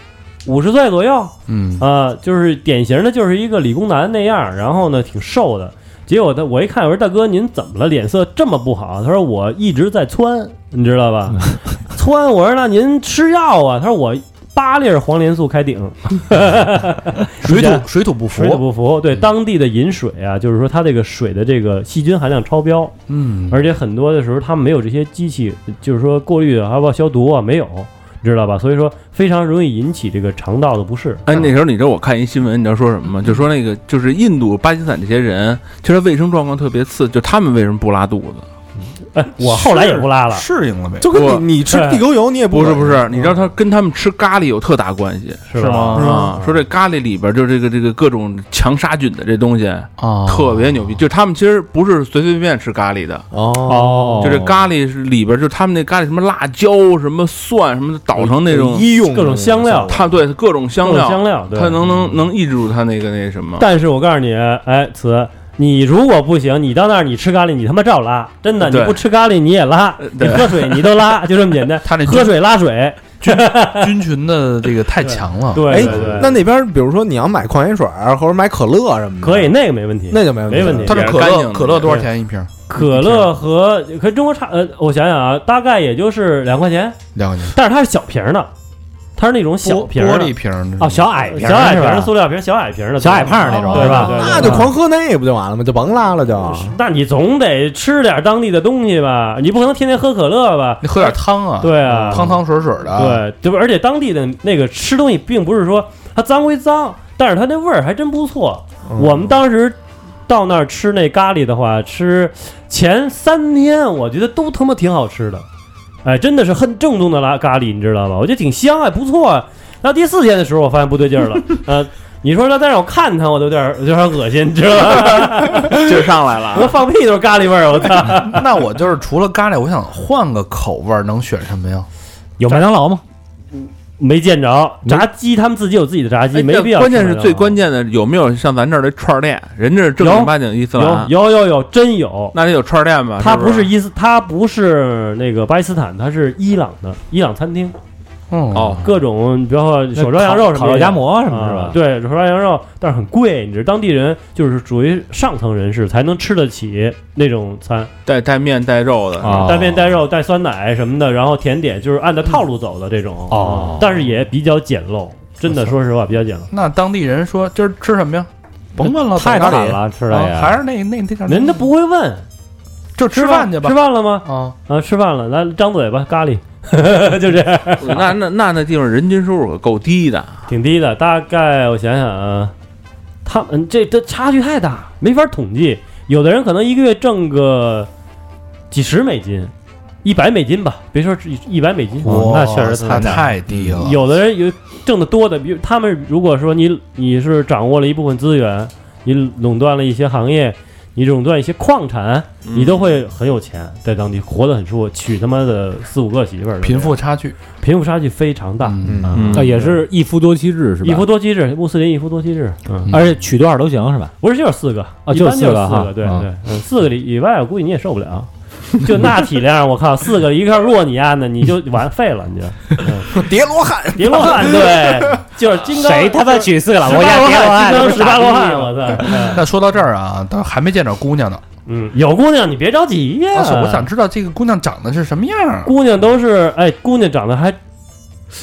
五十岁左右，嗯啊、就是典型的就是一个理工男那样，然后呢挺瘦的。结果他我一看，我说大哥您怎么了？脸色这么不好？他说我一直在窜，你知道 吧？窜。我说那您吃药啊？他说我八粒儿黄连素开顶，水土水土不服水，土不哦服。对当地的饮水啊，就是说它这个水的这个细菌含量超标，嗯，而且很多的时候他们没有这些机器，就是说过滤啊，还有消毒啊，没有，你知道吧？所以说非常容易引起这个肠道的不适。哎，那时候你知道我看一新闻，你知道说什么吗？就说那个就是印度、巴基斯坦这些人，其实卫生状况特别次，就他们为什么不拉肚子？我后来也不拉了，适应了呗。就跟不你你吃地沟油，你也不是不是，是，你知道他跟他们吃咖喱有特大关系嗯是嗯吧？是啊。说这咖喱里边就这个这个各种强杀菌的这东西啊，特别牛逼，哦就他们其实不是随随便便吃咖喱的，哦，哦，就这咖喱是里边就他们那咖喱什么辣椒、什么蒜、什么的捣成那种，医用各种香料他对各种香各种料，香料，对它能能能抑制住它那个那什么。但是我告诉你，哎，慈，你如果不行，你到那儿你吃咖喱，你他妈照拉，真的，你对呃不吃咖喱你也拉，你对喝水你都拉，就这 么简单。他那喝水拉水，菌群的这个太强了，对哎对对，，那那边比如说你要买矿泉水啊儿或者买可乐什么的，可以，，那个没问题。那就没问题，没问题它也这是可干净乐的可乐多少钱一瓶？可乐和和中国差，呃，我想想啊，大概也就是两块钱，两块钱，但是它是小瓶儿的，它是那种小玻瓶儿玻的啊璃瓶儿的哦小矮瓶小矮瓶是儿的吧塑料瓶儿，小矮瓶儿的哦小矮胖儿那种对吧？对对啊那就狂喝那不就完了吗？就甭拉了就，那你总得吃点当地的东西吧，你不可能天天喝可乐吧？你喝点汤啊，对啊，汤汤水水的啊，对对吧？而且当地的那个吃东西，并不是说它脏归脏，但是它那味儿还真不错。嗯我们当时到那儿吃那咖喱的话，吃前三天我觉得都他妈挺好吃的，哎，真的是很正宗的拉咖喱，你知道吧？我觉得挺香，还不错、啊。到第四天的时候，我发现不对劲 儿了，呃。你说他再让我看他，我都有点儿有点儿恶心，你知道吧？ 劲儿上来了我说放屁都是咖喱味儿，我操！ 那我就是除了咖喱，我想换个口味儿，能选什么呀？ 有麦当劳吗？没见着炸鸡，他们自己有自己的炸鸡，没必哎要吃啊关麦当键劳。是最关键的，有没有像咱这儿的串儿店？人家是正儿八经伊斯兰，有有有有真有，那得有串儿店啊吧？它不不是伊斯，它不是那个巴基斯坦，它是伊朗的伊朗餐厅，嗯哦，各种比方说手抓羊肉什么的，烤肉夹馍什么是啊吧？对，手抓羊肉，但是很贵，你知道当地人就是属于上层人士才能吃得起那种餐，带带面带肉的啊哦带面带肉带酸奶什么的，然后甜点就是按照套路走的这种，哦啊但是也比较简陋，真的说实话比较简陋。那当地人说今儿吃什么呀？甭问了，太走哪惨里了，吃的啊，也还是那那那叫什么人家不会问，就吃饭饭去吧吃饭了吗？啊，啊，吃饭了，来张嘴吧，咖喱， 就这样， 那那那那地方人均收入可够低的，啊挺低的。大概我想想啊，他们这这差距太大，没法统计。有的人可能一个月挣个几十美金，一百美金吧，别说是一百美金，哦那哇确实塞惨点太低了。有的人有挣得多的，比如他们如果说你你是掌握了一部分资源，你垄断了一些行业，你垄断一些矿产，你都会很有钱，在当地活得很舒服，娶他妈的四五个媳妇儿，贫富差距，贫富差距非常大。嗯啊嗯啊，也是一夫多妻制是吧？一夫多妻制，穆斯林一夫多妻制，嗯，而且娶多少都行是吧？不是就是四个啊一就般是就是四个哈四个，对啊对，嗯四个里以外，我估计你也受不了， 就那体量，我靠，四个一块落你丫的，你就完废了，你就叠罗汉别罗汉，对，就是金 刚，谁他妈娶四个老十婆八呀？罗别我汉，爱金刚这十八罗汉，我我 操，那说到这儿啊，倒还没见着姑娘呢。嗯，有姑娘你别着急呀哦啊，是我想知道这个姑娘长得是什么样儿。啊 姑娘都是，哎，姑娘长得还，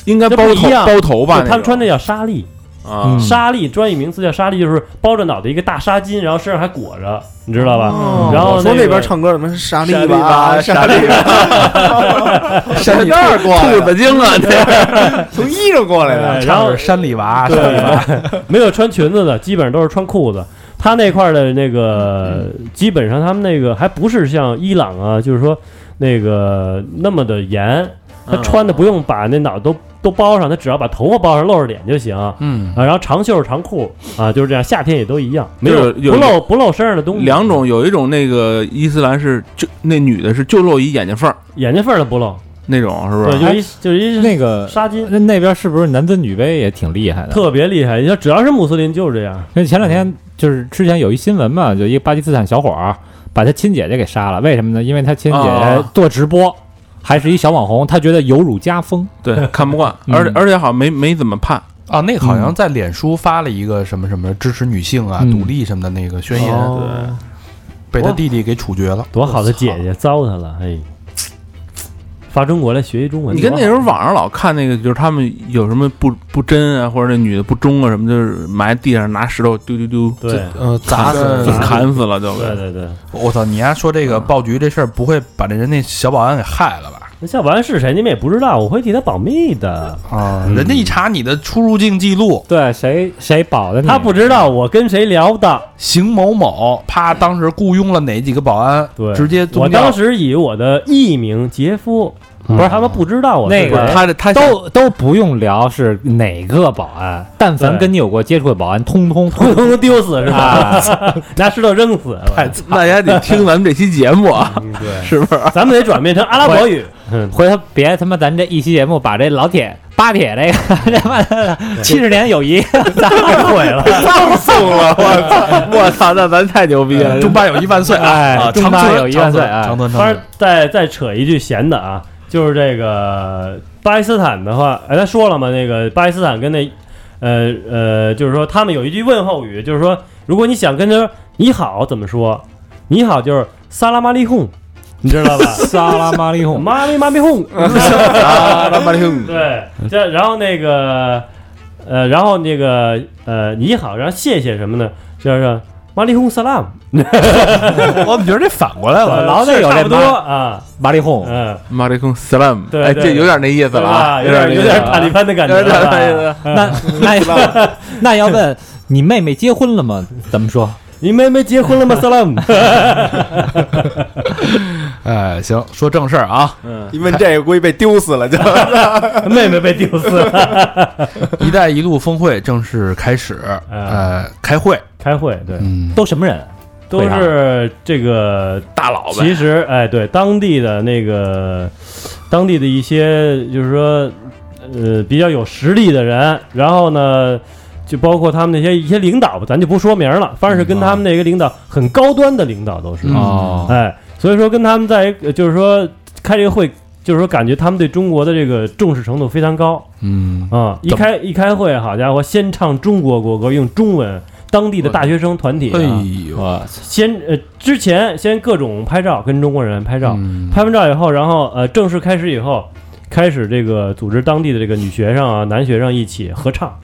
应该这包不头一样包头吧？他们穿那那嗯叫纱丽，种啊，嗯纱丽专业名词叫纱丽，就是包着脑袋一个大纱巾，然后身上还裹着，你知道吧？哦哦然后我说那个边唱歌什么沙沙利利吧沙利吧，山里那儿过来兔子精啊，这从衣裳过来的，哎然后唱着嗯山里娃，啊山里娃对，没有穿裙子的，基本上都是穿裤子。他那块儿的那个，嗯基本上他们那个还不是像伊朗啊，就是说那个那么的严，他嗯穿的不用把那脑都都包上，他只要把头发包上，露着脸就行。啊，嗯，然后长袖长裤啊，就是这样，夏天也都一样，没就是有有不露不露身上的东 西，两种，有一种那个伊斯兰是就那女的是就露一眼睛缝儿眼睛缝儿都不露，那种，是不哎对，是？就一就是一那个纱巾，那那边是不是男尊女卑也挺厉害的？特别厉害。你说只要是穆斯林就是这样，因为前两天就是之前有一新闻嘛，就一个巴基斯坦小伙儿啊把他亲姐姐给杀了，为什么呢？因为他亲姐啊做直播，还是一小网红，他觉得有辱家风。对，看不惯，嗯而且而且好像没没怎么判，啊，那个好像在脸书发了一个什么什么支持女性啊、嗯独立什么的那个宣言，哦被他弟弟给处决了。多好的姐姐，糟蹋了，哎，发中国来学习中文。你跟那时人候网上老看那个，就是他们有什么不不贞啊，或者那女的不忠啊什么，就是埋地上拿石头丢丢丢，对呃，砸死对就了，砍死了就。对对对，我操！你丫说这个爆菊这事儿，不会把这人那小保安给害了吧？那夏完是谁你们也不知道，我会替他保密的。啊，人家一查你的出入境记录，对，谁谁保的你？他不知道我跟谁聊的，邢某某，啪，当时雇佣了哪几个保安，对直接我宗教当时以我的艺名杰夫，不是他们不知道我嗯那是个谁他这哎他都都不用聊是哪个保安，但凡对跟你有过接触的保安，通 通通 通丢死是啊吧？ 拿石头扔死， 大家得听咱们这期节目啊，是不是？咱们得转变成阿拉伯语，回头别他妈咱这一期节目把这老铁巴铁这个 他妈的七十年友谊 毁了。放送了， 我操！我操！那咱太牛逼 了！中巴友谊万岁啊！哎啊，中长巴存友谊万岁长存哎长存长当然存，，再再扯一句闲的啊，就是这个巴基斯坦的话，哎，他说了嘛，那个巴基斯坦跟那，呃呃，就是说他们有一句问候语，就是说，如果你想跟他说你好怎么说，你好就是萨拉马利哄，你知道吧？ 萨拉玛利哄， 嗯马里马里哄，啊，拉巴丁对，这然后那个，呃，然后那个呃，你好，然后谢谢什么呢？就是马里哄萨拉姆，我怎么觉得这反过来了？呃老得是有差这不哦多妈啊，玛丽哄，嗯。马里空 salam，对哎，对这有点那意思对了啊，吧？有点有那意思点了塔利班的感觉有点了那意吧。思。 那那 那要问你妹妹结婚了吗？怎么说？你妹妹结婚了吗？Salam， 哎，行，说正事儿啊，一问这个估计被丢死了就。妹妹被丢死了。 “一带一路”峰会正式开始，呃，开会，开会对，嗯，都什么人？都是这个大佬呗，其实哎，对当地的那个当地的一些就是说呃比较有实力的人，然后呢。就包括他们那些一些领导吧，咱就不说名了。凡是跟他们那个领导很高端的领导都是，嗯哦，哎，所以说跟他们在一，呃就是说开这个会，就是说感觉他们对中国的这个重视程度非常高。嗯，啊、一怎开一开会，好家伙，先唱中国国歌，用中文，当地的大学生团体、哎啊，呦，我先呃之前先各种拍照，跟中国人拍照，嗯拍完照以后，然后呃正式开始以后，开始这个组织当地的这个女学生啊、男学生一起合唱，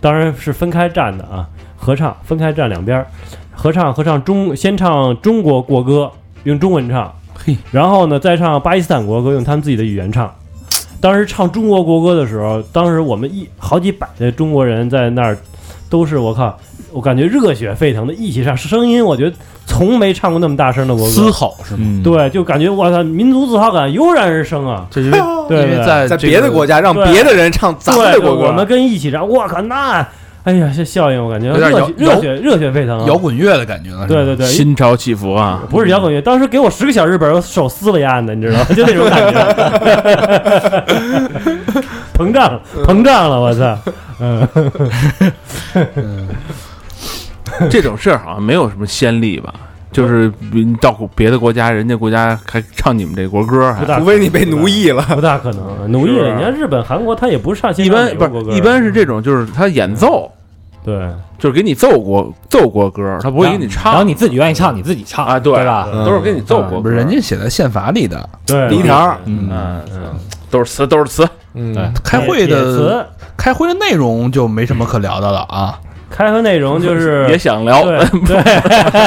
当然是分开站的啊，合唱分开站两边儿，合唱合唱中先唱中国国歌，用中文唱，嘿，然后呢再唱巴基斯坦国歌，用他们自己的语言唱。当时唱中国国歌的时候，当时我们一好几百的中国人在那儿，都是我靠，我感觉热血沸腾的一起唱，声音我觉得从没唱过那么大声的国歌，嘶吼是嗯嗯吗？对，就感觉我操，民族自豪感油然而生啊！这因为对 因为对在在这别的个国家让对别的人唱咱们的对，国我们歌，跟一起唱，我靠，那哎呀，这效应我感觉有点热血摇热血热血沸腾啊！摇滚乐的感觉了，是吧对对对，心潮起 伏啊，不是摇滚乐，当时给我十个小日本，我手撕了一案子，你知道吗？ 就那种感觉， 膨胀了膨胀了，我操！嗯，这种事儿好像没有什么先例吧？就是你到别的国家，人家国家还唱你们这国歌，不还大除非你被奴役了。不大可能奴役是了。啊你看日本、韩国，他也不是上先一唱般美不国国歌嗯是一般是这种，就是他演奏，对就是给你奏国奏国歌，他不会给你然后唱你自己愿意唱，你自己唱啊，对对吧？哦都是给你嗯奏国不歌，是人家写在宪法里的，对第一条，嗯，嗯都是词，都是词，嗯，开会解的哎词开会的内容就没什么可聊的了啊。开会内容就是 也想 聊，对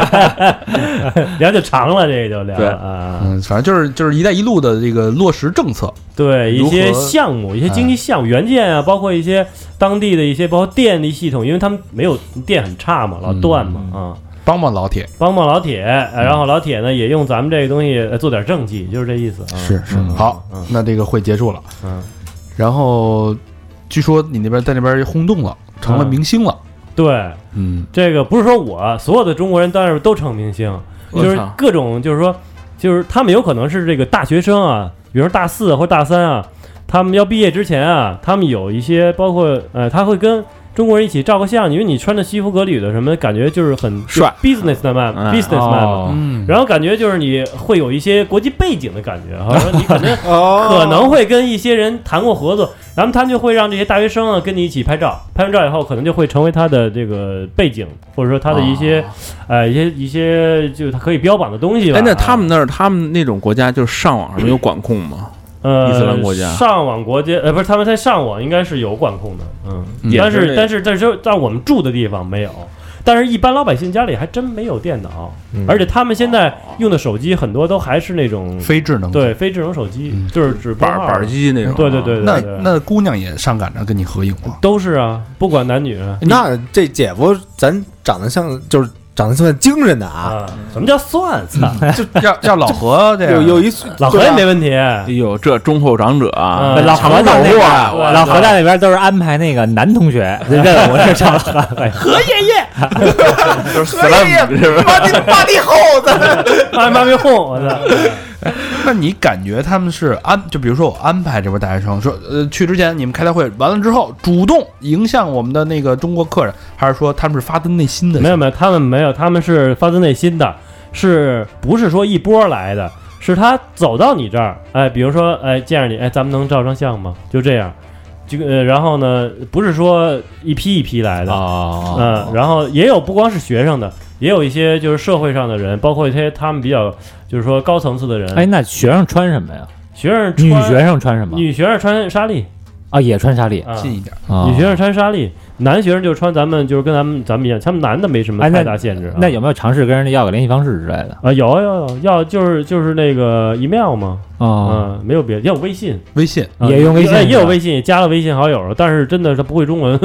对，聊就长了，这个就聊对了啊。嗯，反正就是就是“一带一路”的这个落实政策，对一如些何哎项目、一些经济项目、元件啊，包括一些当地的一些，包括电力系统，因为他们没有电很差嘛，嗯老断嘛啊。帮帮老铁。帮帮老铁，呃然后老铁呢也用咱们这个东西呃做点政绩，就是这意思嗯啊。是是，嗯好，那这个会结束了。嗯，然后据说你那边在那边轰动了，成了嗯明星了。对，嗯，这个不是说我所有的中国人到那儿都成明星，我就是操各种就是说，就是他们有可能是这个大学生啊，比如说大四或者大三啊，他们要毕业之前啊，他们有一些包括呃，他会跟中国人一起照个相，因为你穿着西服革履的什么，感觉就是很帅，business man 嗯 business man 嘛。哦嗯，然后感觉就是你会有一些国际背景的感觉，好像你可能哦可能会跟一些人谈过合作，然后他们就会让这些大学生啊跟你一起拍照，拍完照以后可能就会成为他的这个背景，或者说他的一些、呃一些一些就是他可以标榜的东西吧。哎，那他们那儿，他们那种国家就是上网上没有管控吗？呃伊斯兰国家上网国家呃不是他们在上网应该是有管控的，嗯，嗯但也是那但是但是在我们住的地方没有。但是一般老百姓家里还真没有电脑，嗯而且他们现在用的手机很多都还是那嗯种非智能对非智能手机，嗯就是只板板机那种啊，对对对对那对那姑娘也上赶着跟你合影了，都是啊，不管男女那这姐夫咱长得像，就是长得算精神的啊，啊，什么叫算算？嗯就要要老何这啊有样有一老何也没问题，哎呦，这中后长者啊，嗯老长何在那头边啊，我儿，老何在那边儿都是安排那个男同 学任务，是哎找老何。就是啊 slam 是啊吧？妈妈没哄我 操，那你感觉他们是安？就比如说我安排这波大学生说，呃，去之前你们开大会，完了之后主动迎向我们的那个中国客人，还是说他们是发自内心的？没有没有，他们没有，他们是发自内心的，是不是说一波来的？是他走到你这儿，哎，比如说，哎，见着你，哎，咱们能照张相吗？就这样，这个、呃然后呢，不是说一批一批来的，啊嗯，，然后也有不光是学生的，也有一些就是社会上的人，包括一些他们比较就是说高层次的人，哎，，那学生穿什么呀？学生女穿学生穿什么？女学生穿纱丽，啊，也穿纱丽。啊、近一点，啊女学生穿纱丽，男学生就穿咱们就是跟咱们咱们一样，他们男的没什么哎那太大限制啊、那有没有尝试跟人家要个联系方式之类的？啊，有有有，要就是就是那个 email 嘛，哦，嗯，没有别的，要有微信，微信啊也用微信哎也有是吧微信，也加了微信好友了，但是真的他不会中 文，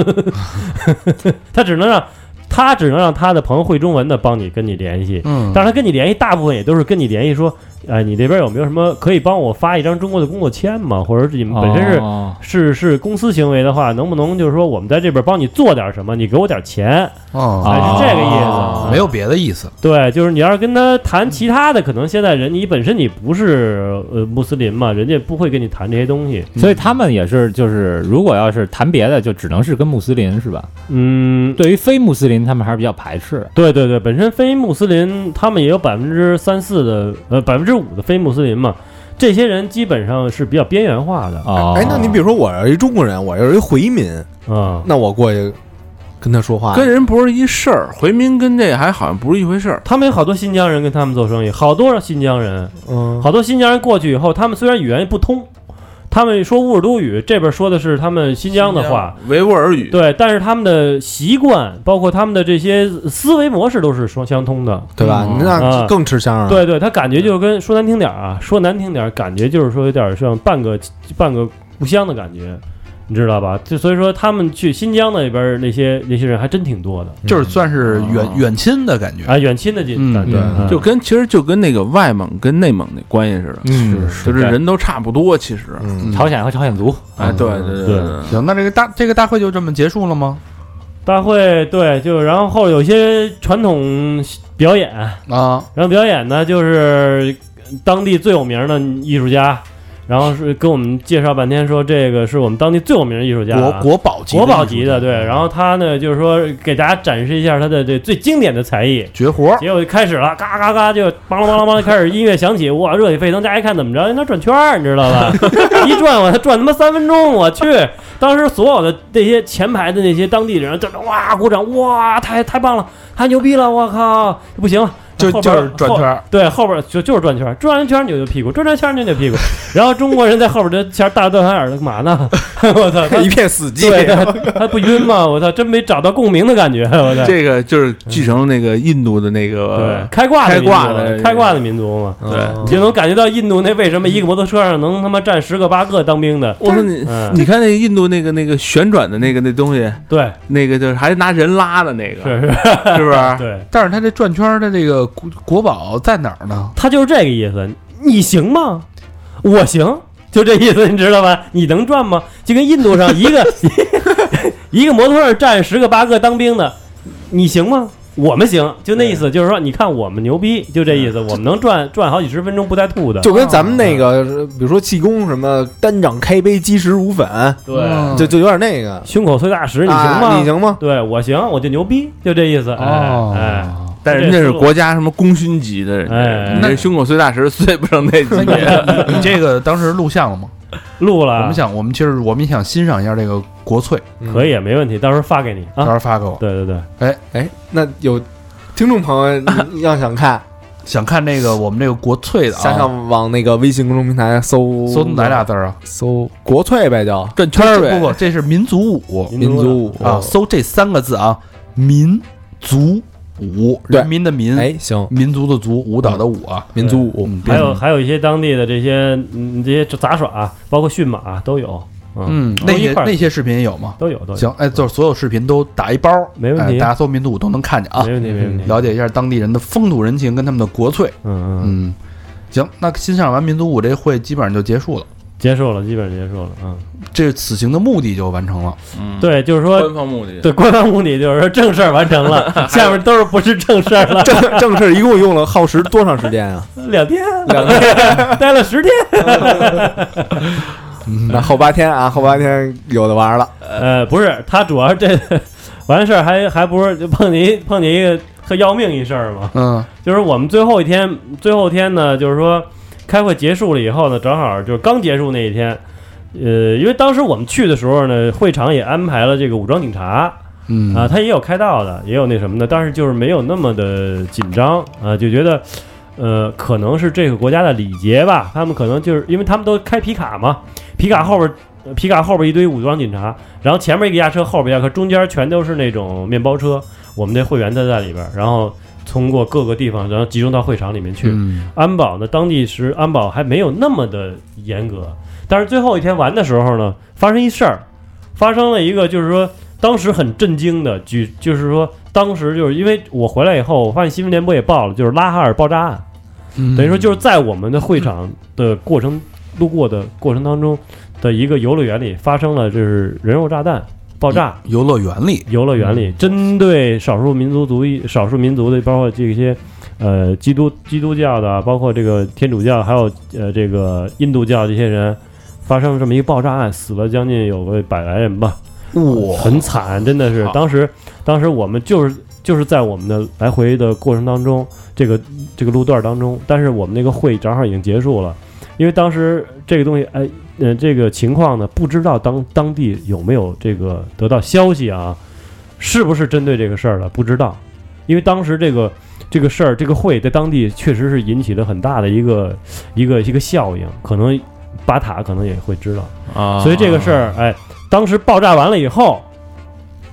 他只能让他只能让他的朋友会中文的帮你跟你联系，嗯但是他跟你联系大部分也都是跟你联系说，哎，你这边有没有什么可以帮我发一张中国的工作签吗？或者是你们本身是、哦是是公司行为的话，能不能就是说我们在这边帮你做点什么，你给我点钱，哦，哎，啊是这个意思，哦啊没有别的意思，对，就是你要是跟他谈其他的，可能现在人你本身你不是呃穆斯林嘛，人家不会跟你谈这些东西。所以他们也是，就是如果要是谈别的，就只能是跟穆斯林是吧？嗯，对于非穆斯林，他们还是比较排斥。对对对，本身非穆斯林他们也有百分之三四的呃百分之五的非穆斯林嘛，这些人基本上是比较边缘化的啊、哦，哎，那你比如说我是一中国人，我又是一回民，啊那我过去跟他说话，跟人不是一事儿，回民跟这还好像不是一回事儿。他们有好多新疆人跟他们做生意，好多新疆人，嗯，好多新疆人过去以后，他们虽然语言不通，他们说乌尔都语，这边说的是他们新疆的话，维吾尔语，对，但是他们的习惯，包括他们的这些思维模式都是双相通的。对吧？那啊更吃香了。，对对，他感觉就是跟说难听点儿啊，说难听点儿，感觉就是说有点像半个半个故乡的感觉，你知道吧？就所以说他们去新疆那边儿那些那些人还真挺多的就是算是远远亲的感觉。啊，远亲的这嗯感觉、对嗯就跟其实就跟那个外蒙跟内蒙那关系似的，嗯，就是人都差不多，其实，嗯，朝鲜和朝鲜族哎，对对嗯对对，行，那这个大这个大会就这么结束了吗？大会对，就然后后有些传统呃表演，啊，然后表演呢，就是当地最有名的艺术家，然后是跟我们介绍半天，说这个是我们当地最有名的艺术家、国啊，国宝级国宝艺术级的，对。嗯然后他呢，就是说给大家展示一下他的这最经典的才艺。绝活， 结果就开始了，嘎嘎嘎，就梆啷梆啷梆啷，开始音乐响起，哇，热血沸腾！大家一看怎么着，哎那转圈儿，你知道吧？ 一转我，他转他妈三分钟，我去！当时所有的那些前排的那些当地人，就哇鼓掌，哇，太太棒了，太牛逼了，我靠，不行了，就后边就是转圈，儿，对，后边就就是转圈儿，转完圈儿扭扭屁股，转完圈儿扭扭屁股，然后中国人在后边这前儿大转圈儿干嘛呢？ 我操，他一片死寂。对他他不晕吗？我操，真没找到共鸣的感觉，我操。 这个就是继承了那个印度的那对个，，呃开挂的民族开挂的开挂的民族嘛，对。你就能感觉到印度那为什么一个摩托车上能他妈站十个八个当兵的？我说你，嗯，你看那印度那个那个旋转的那个那东西，对，那个就是还拿人拉的那个，是是，是不是？对，但是他这转圈儿的这个国国宝在哪儿呢？他就是这个意思。你行吗？我行，就这意思，你知道吧？你能转吗？就跟印度上一个一个摩托上站十个八个当兵的，你行吗？我们行，就那意思，就是说，你看我们牛逼，就这意思，我们能转转好几十分钟不带吐的。就跟咱们那个，比如说气功什么，单掌开杯，击石如粉，嗯哦对，嗯就就有点那个。胸口碎大石，你行啊吗？你行吗？对我行，我就牛逼，就这意思。哦哎哎， 但人家是国家什么功勋级的，人家哎你这胸口碎 大石碎不成那级别。那你你这个当时录像了吗？录了，我们想，我们其实我们想欣赏一下这个国粹，可以，没问题，到时候发给你到时啊。候发给我。对对对，哎，那有听众朋友你要想看，想看这个我们这个国粹的想啊，想往那个微信公众平台搜搜哪俩字儿啊？搜国粹呗，就转圈儿不呗，不，这是民族舞民民族舞哦啊，，搜这三个字啊，民族舞，对人民的民，哎，行，民族的族，舞蹈的舞啊，民族舞，嗯还有还有一些当地的这些嗯这些杂耍，包括驯马啊都有，嗯，那都一些块儿那些视频也有吗？都有都有，行，哎，就是所有视频都打一包，没问题哎大家搜民族舞都能看见啊没，问题没问题，了解一下当地人的风土人情跟他们的国粹。嗯嗯，嗯，行，那欣赏完民族舞这会基本上就结束了，结束了，基本结束了，嗯，这此行的目的就完成了。嗯，对，就是说官方目的，对，官方目的就是说正事儿完成 了，下面都是不是正事儿 了。正正事儿一共用了耗时多长时间啊？两天，两天 待了十天。嗯那后八天啊，后八天有的玩了，呃，不是，他主要这 完事儿还还不是就碰见一碰见一个特要命一事儿嘛，嗯就是我们最后一天最后一天呢，就是说开会结束了以后呢，正好就是刚结束那一天。呃，因为当时我们去的时候呢，会场也安排了这个武装警察，嗯啊，他也有开道的，也有那什么的，但是就是没有那么的紧张啊，就觉得，呃，可能是这个国家的礼节吧，他们可能就是因为他们都开皮卡嘛，皮卡后边呃皮卡后边一堆武装警察，然后前面一个压车，后边一个压车，中间全都是那种面包车，我们这会员他在里边，然后通过各个地方，然后集中到会场里面去。嗯安保呢，当地时安保还没有那么的严格，但是最后一天玩的时候呢，发生一事儿，发生了一个就是说当时很震惊的举，就是说当时就是因为我回来以后，我发现新闻联播也报了，就是拉哈尔爆炸案，嗯等于说就是在我们的会场的过程路过的过程当中的一个游乐园里发生了就是人肉炸弹爆炸，游乐园里，游乐园里针对少数民族族裔、少数民族的，包括这些呃基督基督教的，包括这个天主教，还有呃这个印度教这些人，发生了这么一个爆炸案，死了将近有个百来人吧，哇很惨，真的是。当时当时我们就是就是在我们的来回的过程当中，这个这个路段当中，但是我们那个会正好已经结束了，因为当时这个东西，哎，呃，这个情况呢，不知道当当地有没有这个得到消息啊，是不是针对这个事儿了，不知道，因为当时这个。这个事儿，这个会在当地确实是引起了很大的一个一个一个效应，可能巴塔可能也会知道，啊，所以这个事儿，哎，当时爆炸完了以后，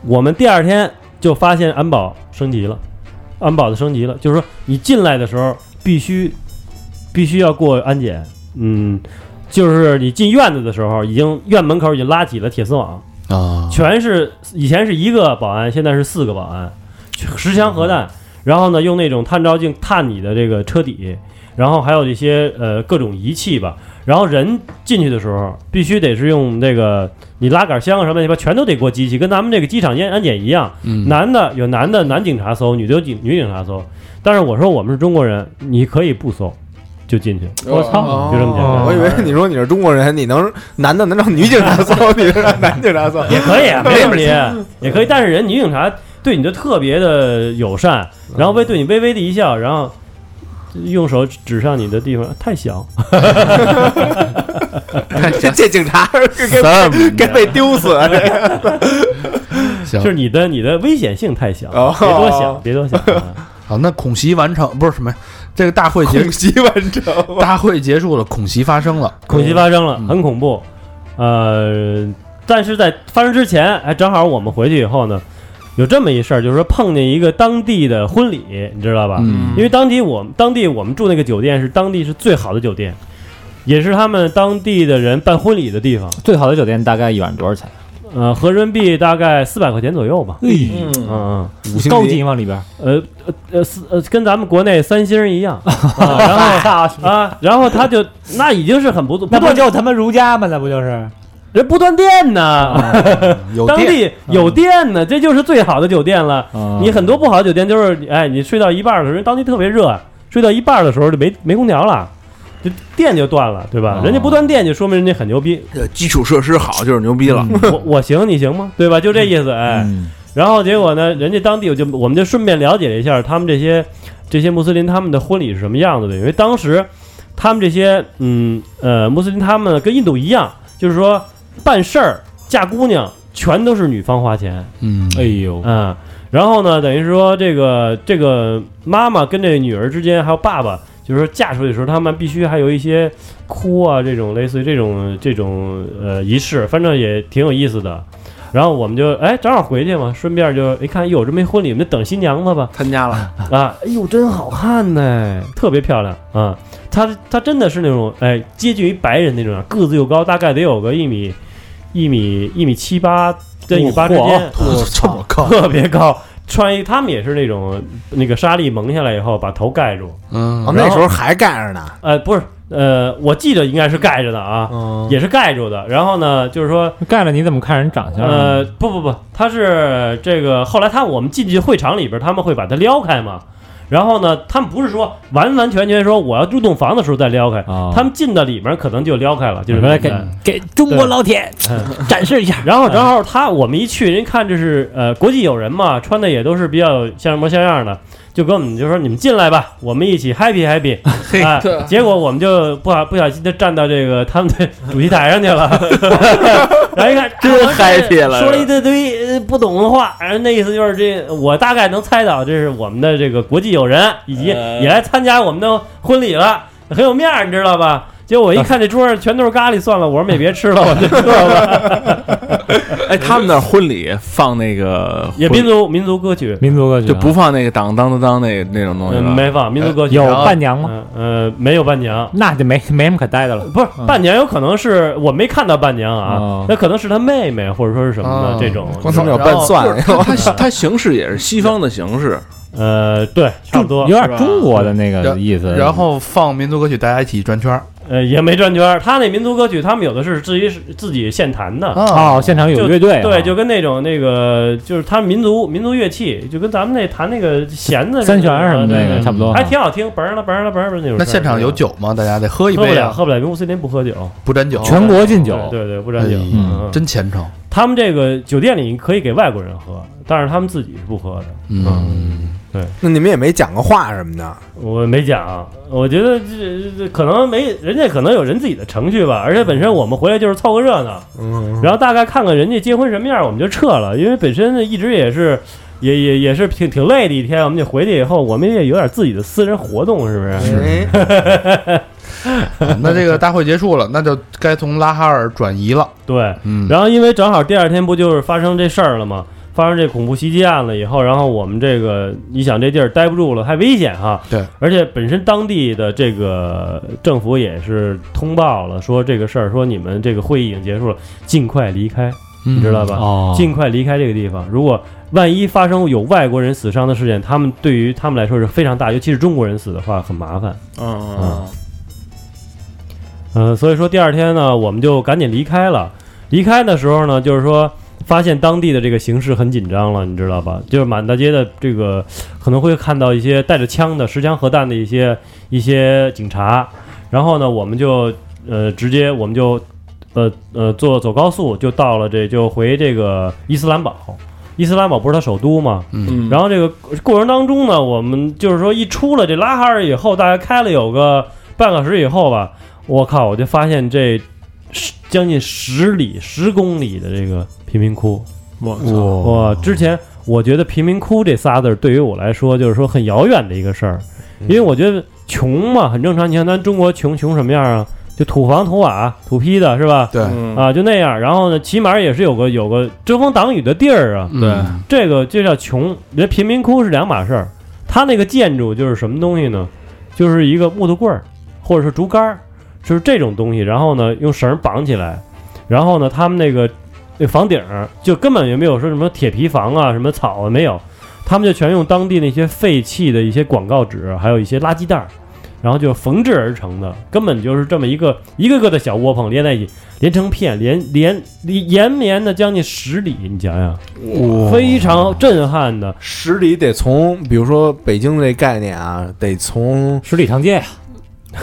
我们第二天就发现安保升级了，安保的升级了，就是说你进来的时候必须必须要过安检，嗯，就是你进院子的时候，已经院门口已经拉起了铁丝网，啊，全是以前是一个保安，现在是四个保安，十枪核弹，然后呢用那种探照镜探你的这个车底，然后还有这些呃各种仪器吧，然后人进去的时候必须得是用这个你拉杆箱啊什么乱七八全都得过机器，跟咱们这个机场验安检一样，嗯男的有男的男警察搜，女的有警女警察搜，但是我说我们是中国人，你可以不搜就进去，我就这么简单，哦我以啊为你说你是中国人，你能男的能让女警察 搜，你是让男警察 搜，也可以啊，没问题，也可以。但是人女警察对你就特别的友善，然后微对你微微的一笑，然后用手指上你的地方，太小，这这警察该被该被丢死啊！这个行就，是你的你的危险性太小，哦别多想，别多想。啊好，那恐袭完成不是什么呀，这个大会结恐袭完成， 大会结束了，恐袭发生了，恐袭发生了，嗯很恐怖。呃，但是在发生之前，哎，正好我们回去以后呢，有这么一事儿，就是说碰见一个当地的婚礼，你知道吧？嗯因为当地我们当地我们住那个酒店是当地是最好的酒店，也是他们当地的人办婚礼的地方。最好的酒店大概一晚上多少钱？呃，合人民币大概四百块钱左右吧。嗯，嗯五星高级吗？里边？嗯，呃呃四呃，跟咱们国内三星儿一样，啊然后啊，然后他就那已经是很不错，那不不断就他妈如家吗？那不就是？人不断电呢，有 当电，地有电呢，这就是最好的酒店了。嗯哦啊你很多不好的酒店就是，哎，你睡到一半儿的时候，人当地特别热，啊睡到一半儿的时候就没没空调了，就电就断了，对吧？人家不断电就说明人家很牛逼，这基础设施好就是牛逼了，嗯我我行你行吗？对吧？就这意思，哎。嗯然后结果呢，人家当地我就我们就顺便了解了一下他们这些这些穆斯林他们的婚礼是什么样子的，因为当时他们这些嗯呃穆斯林他们跟印度一样，就是说办事儿嫁姑娘全都是女方花钱，嗯，哎呦，嗯，然后呢，等于说这个这个妈妈跟这女儿之间，还有爸爸，就是说嫁出去的时候，他们必须还有一些哭啊这种类似于这种这种呃仪式，反正也挺有意思的。然后我们就哎正好回去嘛，顺便就一看，哟，这没婚礼，我们就等新娘子吧。参加了，啊，哎呦，真好看呢、特别漂亮啊！她她真的是那种哎，接近于白人那种，啊个子又高，大概得有个一米一米一米七八跟一米八之间，我操，靠， 特别高。穿一，他们也是那种那个纱丽蒙下来以后，把头盖住。哦嗯，那时候还盖着呢，呃，不是，呃，我记得应该是盖着的啊，嗯，也是盖住的。然后呢，就是说，盖了你怎么看人长相？啊呃，，不不不，他是这个后来他我们进去会场里边，他们会把它撩开嘛。然后呢，他们不是说完完全全说我要入洞房的时候再撩开，哦他们嗯进到里面可能就撩开了，就是来现给在给中国老铁展示一 下。然后正好他我们一去，人看这是呃国际友人嘛，穿的也都是比较像模像样的，就跟我们就说你们进来吧，我们一起 happy happy。嘿，啊，结果我们就不好不小心就站到这个他们的主席台上去 了，然后一看真 happy 了说了一大堆呃不懂的话，然后那意思就是这我大概能猜到这是我们的这个国际友人以及呃也来参加我们的婚礼了，很有面儿，你知道吧？结果我一看这桌上全都是咖喱，算了，我说也别吃了，我就撤了。哎，他们那儿婚礼放那个 也婚民族 民族歌曲，民族歌曲就不放那个当当当当那那种东西嗯，了。没放民族歌曲，呃有然后伴娘吗？嗯呃没有伴娘，那就没没什么可待的了。不是伴娘，有可能是我没看到伴娘啊哦，那可能是她妹妹或者说是什哦么的这种。光他们有然拌后蒜，它它它形式也是西方的形式，呃，对，差不多有，点中国的那个意思。然后放民族歌曲，大家一起转圈儿呃，也没转圈儿。他那民族歌曲，他们有的是自己自己现弹的，啊，哦，现场有就乐队啊，对，就跟那种那个就是他们民族民族乐器，就跟咱们那弹那个弦子三弦什么那那个嗯差不多。还挺好听，嘣儿了嘣儿了嘣儿了那种。那现场有，酒吗？大家得喝一喝不杯了，啊，喝不了，因为穆斯林不喝酒，不沾酒，全国禁酒，对对，不哎沾酒。嗯，真虔诚。他们这个酒店里可以给外国人喝，但是他们自己是不喝的。啊嗯， 那你们也没讲个话什么的，我没讲，我觉得这这可能没人家可能有人自己的程序吧，而且本身我们回来就是凑个热闹，嗯，然后大概看看人家结婚什么样，我们就撤了，因为本身一直也是也也也是挺挺累的一天，我们就回去以后，我们也有点自己的私人活动，是不是？嗯哎嗯那这个大会结束了，那就该从拉哈尔转移了。对，嗯，然后因为正好第二天不就是发生这事儿了吗？发生这恐怖袭击案了以后，然后我们这个你想这地儿待不住了，太危险哈。对，而且本身当地的这个政府也是通报了，说这个事儿，说你们这个会议已经结束了，尽快离开，你知道嗯吧？哦，尽快离开这个地方。如果万一发生有外国人死伤的事件，他们对于他们来说是非常大，尤其是中国人死的话很麻烦。嗯嗯呃，所以说第二天呢，我们就赶紧离开了。离开的时候呢，就是说发现当地的这个形势很紧张了，你知道吧？就是满大街的这个可能会看到一些带着枪的、持枪核弹的一些一些警察。然后呢，我们就呃直接我们就呃呃坐走高速就到了这就回这个伊斯兰堡。伊斯兰堡不是它首都吗？嗯，然后这个过程当中呢，我们就是说一出了这拉哈尔以后，大概开了有个半小时以后吧，我靠，我就发现这十将近十里、十公里的这个贫民窟。我操，哇，我之前我觉得贫民窟这仨字儿对于我来说就是说很遥远的一个事儿，因为我觉得穷嘛很正常。你看咱中国穷穷什么样啊？就土房土瓦土坯的是吧？对，嗯啊，就那样。然后呢，起码也是有个有个遮风挡雨的地儿啊。嗯对这个就叫穷，人贫民窟是两码事儿。它那个建筑就是什么东西呢？就是一个木头棍儿，或者是竹竿儿，就是这种东西。然后呢，用绳儿绑起来，然后呢，他们那个那房顶儿就根本也没有说什么铁皮房啊、什么草啊没有，他们就全用当地那些废弃的一些广告纸，还有一些垃圾袋儿，然后就缝制而成的，根本就是这么一个一个个的小窝棚连在一起，连成片，连连连延绵的将近十里，你想想。哦非常震撼的。十里得从，比如说北京这概念啊，得 从十里长街，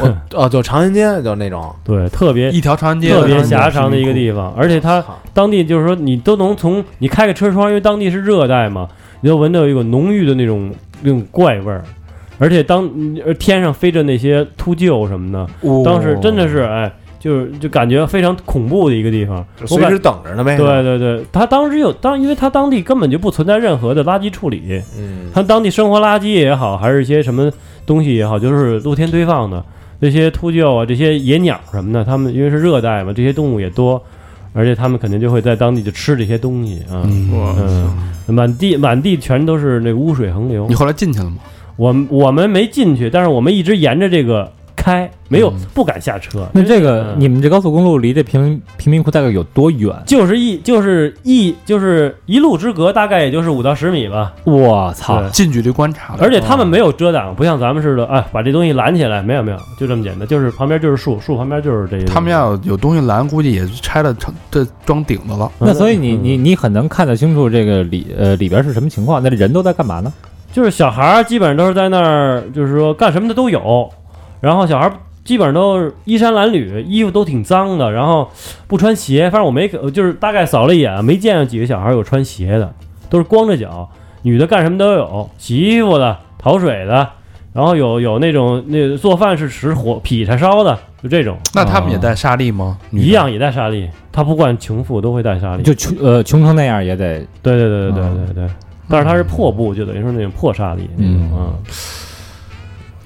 我哦，就长安街就那种，对，特别一条长安街，特别狭长的一个地方，而且它当地就是说你都能从你开个车窗，因为当地是热带嘛，你就闻到有一股浓郁的那种那种怪味儿。而且当呃天上飞着那些秃鹫什么哦方的，当时真的是哎，就是就感觉非常恐怖的一个地方。就我随感时等着呢呗。对，对对，他当时有当，因为他当地根本就不存在任何的垃圾处理，嗯，它当地生活垃圾也好，还是一些什么东西也好，就是露天堆放的那些秃鹫啊，这些野鸟什么的，它们因为是热带嘛，这些动物也多，而且他们肯定就会在当地就吃这些东西啊，嗯，嗯，满地满地全都是那个污水横流你。后来进去了吗？我们我们没进去，但是我们一直沿着这个开，没有不敢下车。嗯那这个嗯你们这高速公路离这贫贫民窟大概有多远？就是一就是一就是一路之隔，大概也就是五到十米吧。我操！对近距离观察了，而且他们没有遮挡，不像咱们似的，哎，把这东西拦起来，没有没有，就这么简单，就是旁边就是树，树旁边就是这些东西。他们要有东西拦，估计也拆了成这装顶子哦了。那所以你你你很能看得清楚这个里呃里边是什么情况，那人都在干嘛呢？就是小孩儿基本上都是在那儿，就是说干什么的都有，然后小孩儿基本上都是衣衫褴褛，衣服都挺脏的，然后不穿鞋，反正我没就是大概扫了一眼，没见着几个小孩儿有穿鞋的，都是光着脚，女的干什么都有，洗衣服的、淘水的，然后有有那种那做饭是使火劈柴烧的，就这种。那他们也带沙粒吗？女的一，样也带沙粒，他不管穷富都会带沙粒。就啊穷呃穷成那样也得对对对对对对对，但是它是破布，就等于说那种破沙粒那种嗯啊。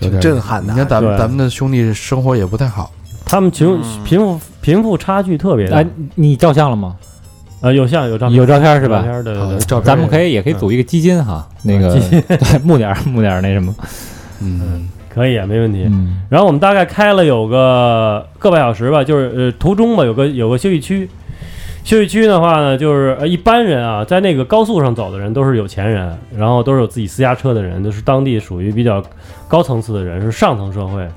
有点挺震撼的你看咱们对咱们的兄弟生活也不太好，他们穷嗯贫富贫富差距特别大哎，，你照相了吗？呃，有像有照片有照片是有吧照？片对对对，照片咱们可以也可以组一个基金哈，那个 对募点儿募点儿那什么，嗯，可以啊，没问题。嗯，然后我们大概开了有个个把小时吧，就是呃途中吧，有个有个休息区。休息区的话呢，就是呃一般人啊，在那个高速上走的人都是有钱人，然后都是有自己私家车的人，都是当地属于比较高层次的人，是上层社会。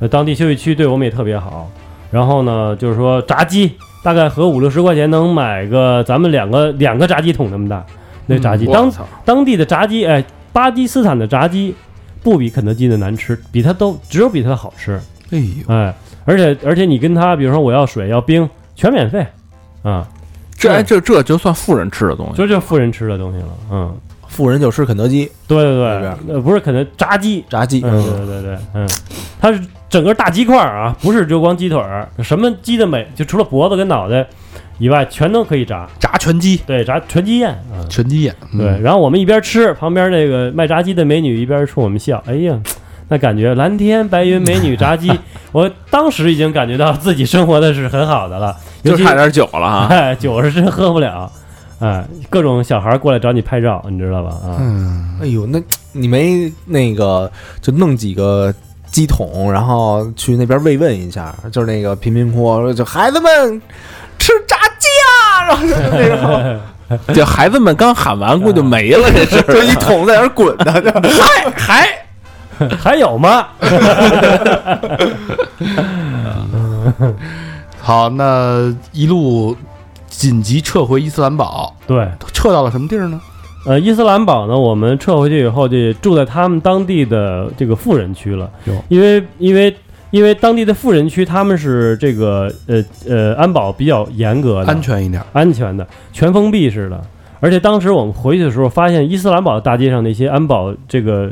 呃，当地休息区对我们也特别好。然后呢，就是说炸鸡，大概合五六十块钱能买个咱们两个两个炸鸡桶那么大，那炸鸡、嗯当当地的炸鸡，哎，巴基斯坦的炸鸡不比肯德基的难吃，比它都只有比它好吃，哎呦，哎，而且而且你跟他，比如说我要水要冰，全免费，啊，这哎这这就算富人吃的东西，这就是富人吃的东西了，嗯，富人就吃肯德基、对对那边儿对，呃，不是肯德炸鸡，炸鸡，嗯，对对对，嗯，它是整个大鸡块儿啊，不是就光鸡腿儿，什么鸡的美，就除了脖子跟脑袋以外，全都可以炸，炸全鸡，对，炸全鸡宴，嗯。全鸡眼，嗯对，，然后我们一边吃，旁边那个卖炸鸡的美女一边冲我们笑，哎呀，那感觉蓝天白云、美女、炸鸡，我当时已经感觉到自己生活的是很好的了，尤就其差点酒了啊！哎，酒是 真喝不了，哎，各种小孩过来找你拍照，你知道吧？啊，嗯，哎呦，那你没那个就弄几个鸡桶，然后去那边慰问一下，就是那个贫民窟，就孩子们吃炸鸡啊，然后就那种这孩子们刚喊完，估计就没了这事 就一桶在那儿滚的， 就嗨嗨。还有吗？好，那一路紧急撤回伊斯兰堡，对，撤到了什么地儿呢？呃，伊斯兰堡呢，我们撤回去以后，就住在他们当地的这个富人区了哟，因为因为因为当地的富人区他们是这个呃呃安保比较严格的，安全一点，安全的，全封闭式的。而且当时我们回去的时候，发现伊斯兰堡的大街上那些安保这个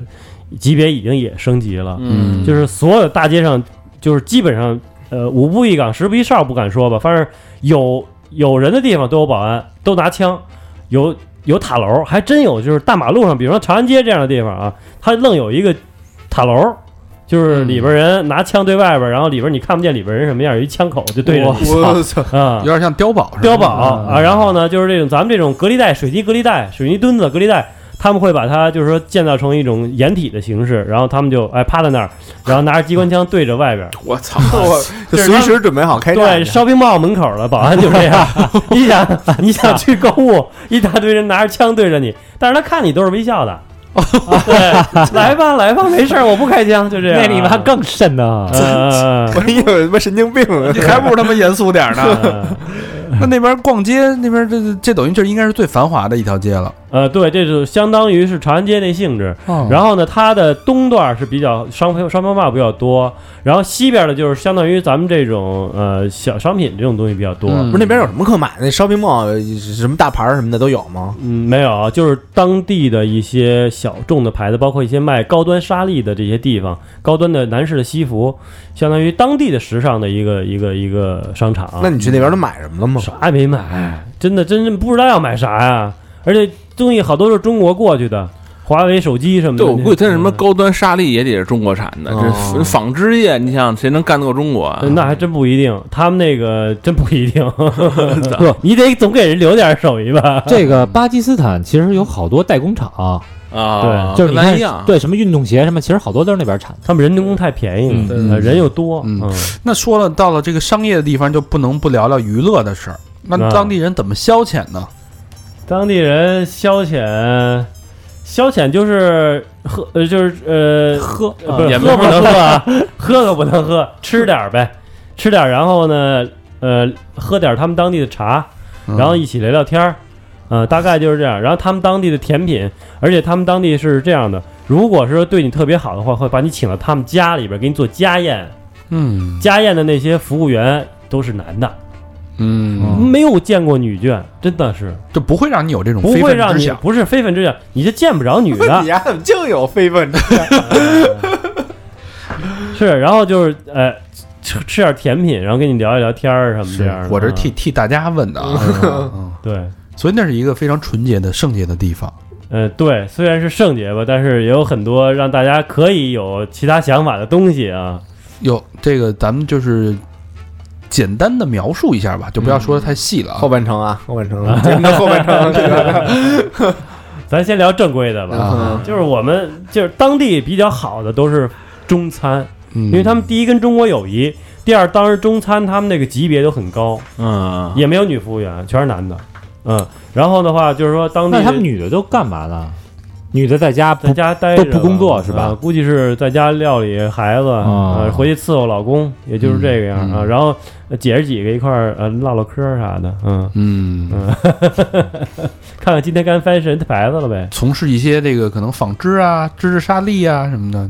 级别已经也升级了，嗯就是所有的大街上，就是基本上呃五步一岗，十步一哨，不敢说吧，反正有有人的地方都有保安，都拿枪，有有塔楼，还真有就是大马路上，比如说长安街这样的地方啊，它愣有一个塔楼。就是里边人拿枪对外边，然后里边你看不见里边人什么样，有一枪口就对着你我操，啊有，点像碉堡似的，碉堡啊，然后呢，就是这种咱们这种隔离带、水泥隔离带、水泥墩子隔离带，他们会把它就是说建造成一种掩体的形式，然后他们就哎趴在那儿，然后拿着机关枪对着外边。我操，我就随时准备好哎开战对，去。烧冰帽门口的保安就这 样。你想，你想去购物，一大堆人拿着枪对着你，但是他看你都是微笑的。哦啊对，来吧，来吧，没事儿，我不开枪，就这样啊。那你妈更瘆得慌。呃，我以为他妈神经病啊呢，嗯你还不如他妈严肃点 呢。呃嗯那那边逛街，那边这这等于这应该是最繁华的一条街了。呃，对，这就相当于是长安街那性质。嗯哦然后呢，它的东段是比较商品商品化比较多，然后西边呢就是相当于咱们这种呃小商品这种东西比较多。嗯嗯不是那边有什么可买的？那 shopping mall 什么大牌儿什么的都有吗？嗯没有啊，就是当地的一些小众的牌子，包括一些卖高端纱丽的这些地方，高端的男士的西服，相当于当地的时尚的一个一个一个商场。那你去那边都买什么了吗？啥也没哎买，真的真正不知道要买啥呀、而且东西好多是中国过去的，华为手机什么的。对，我估计它什么高端沙粒也得是中国产的，哦这纺织业，你想谁能干得过中国啊？嗯那还真不一定，他们那个 真不一定，不，你得总给人留点手艺吧？这个巴基斯坦其实有好多代工厂，啊，对，就是你跟咱看一样，对什么运动鞋什么，其实好多都是那边产的。他们人工太便宜了，嗯呃人又多，嗯那说了到了这个商业的地方，就不能不聊聊娱乐的事儿。那啊当地人怎么消遣呢？当地人消遣，消遣就是喝，呃，就是呃，喝，不也是没喝法不能喝啊，喝可不能喝，吃点儿呗，吃点儿，然后呢，呃，喝点儿他们当地的茶，嗯然后一起聊聊天儿，呃，大概就是这样。然后他们当地的甜品，而且他们当地是这样的，如果是对你特别好的话，会把你请到他们家里边儿给你做家宴，嗯家宴的那些服务员都是男的，嗯，没有见过女眷，真的是。就不会让你有这种不非会分让之你想。不是非分之想，你就见不着女你 的。丫怎么净有非分之想？是，然后就是呃，吃吃点甜品，然后跟你聊一聊天儿什么这样的。我这啊是替替大家问的啊，嗯对，所以那是一个非常纯洁的、圣洁的地方。呃对，虽然是圣洁吧，但是也有很多让大家可以有其他想法的东西啊。有这个，咱们就是简单的描述一下吧，就不要说的太细了啊。后半程啊，后半程，节目的后半程，这个咱先聊正规的吧，啊，就是我们就是当地比较好的都是中餐，因因嗯为他们第一跟中国友谊，第二当时中餐他们那个级别都很高，啊嗯，也没有女服务员，全是男的。嗯，然后的话就是说当地那他们女的都干嘛呢？女的在家不在家待着吧都不工作是吧啊估计是在家料理孩子，啊嗯呃，回去伺候老公，也就是这个样啊。然后呃姐儿几个一块儿呃唠唠嗑儿啥的，嗯，嗯，看看今天干翻谁的牌子了呗。从事一些这个可能纺织啊、织织纱丽啊什么的。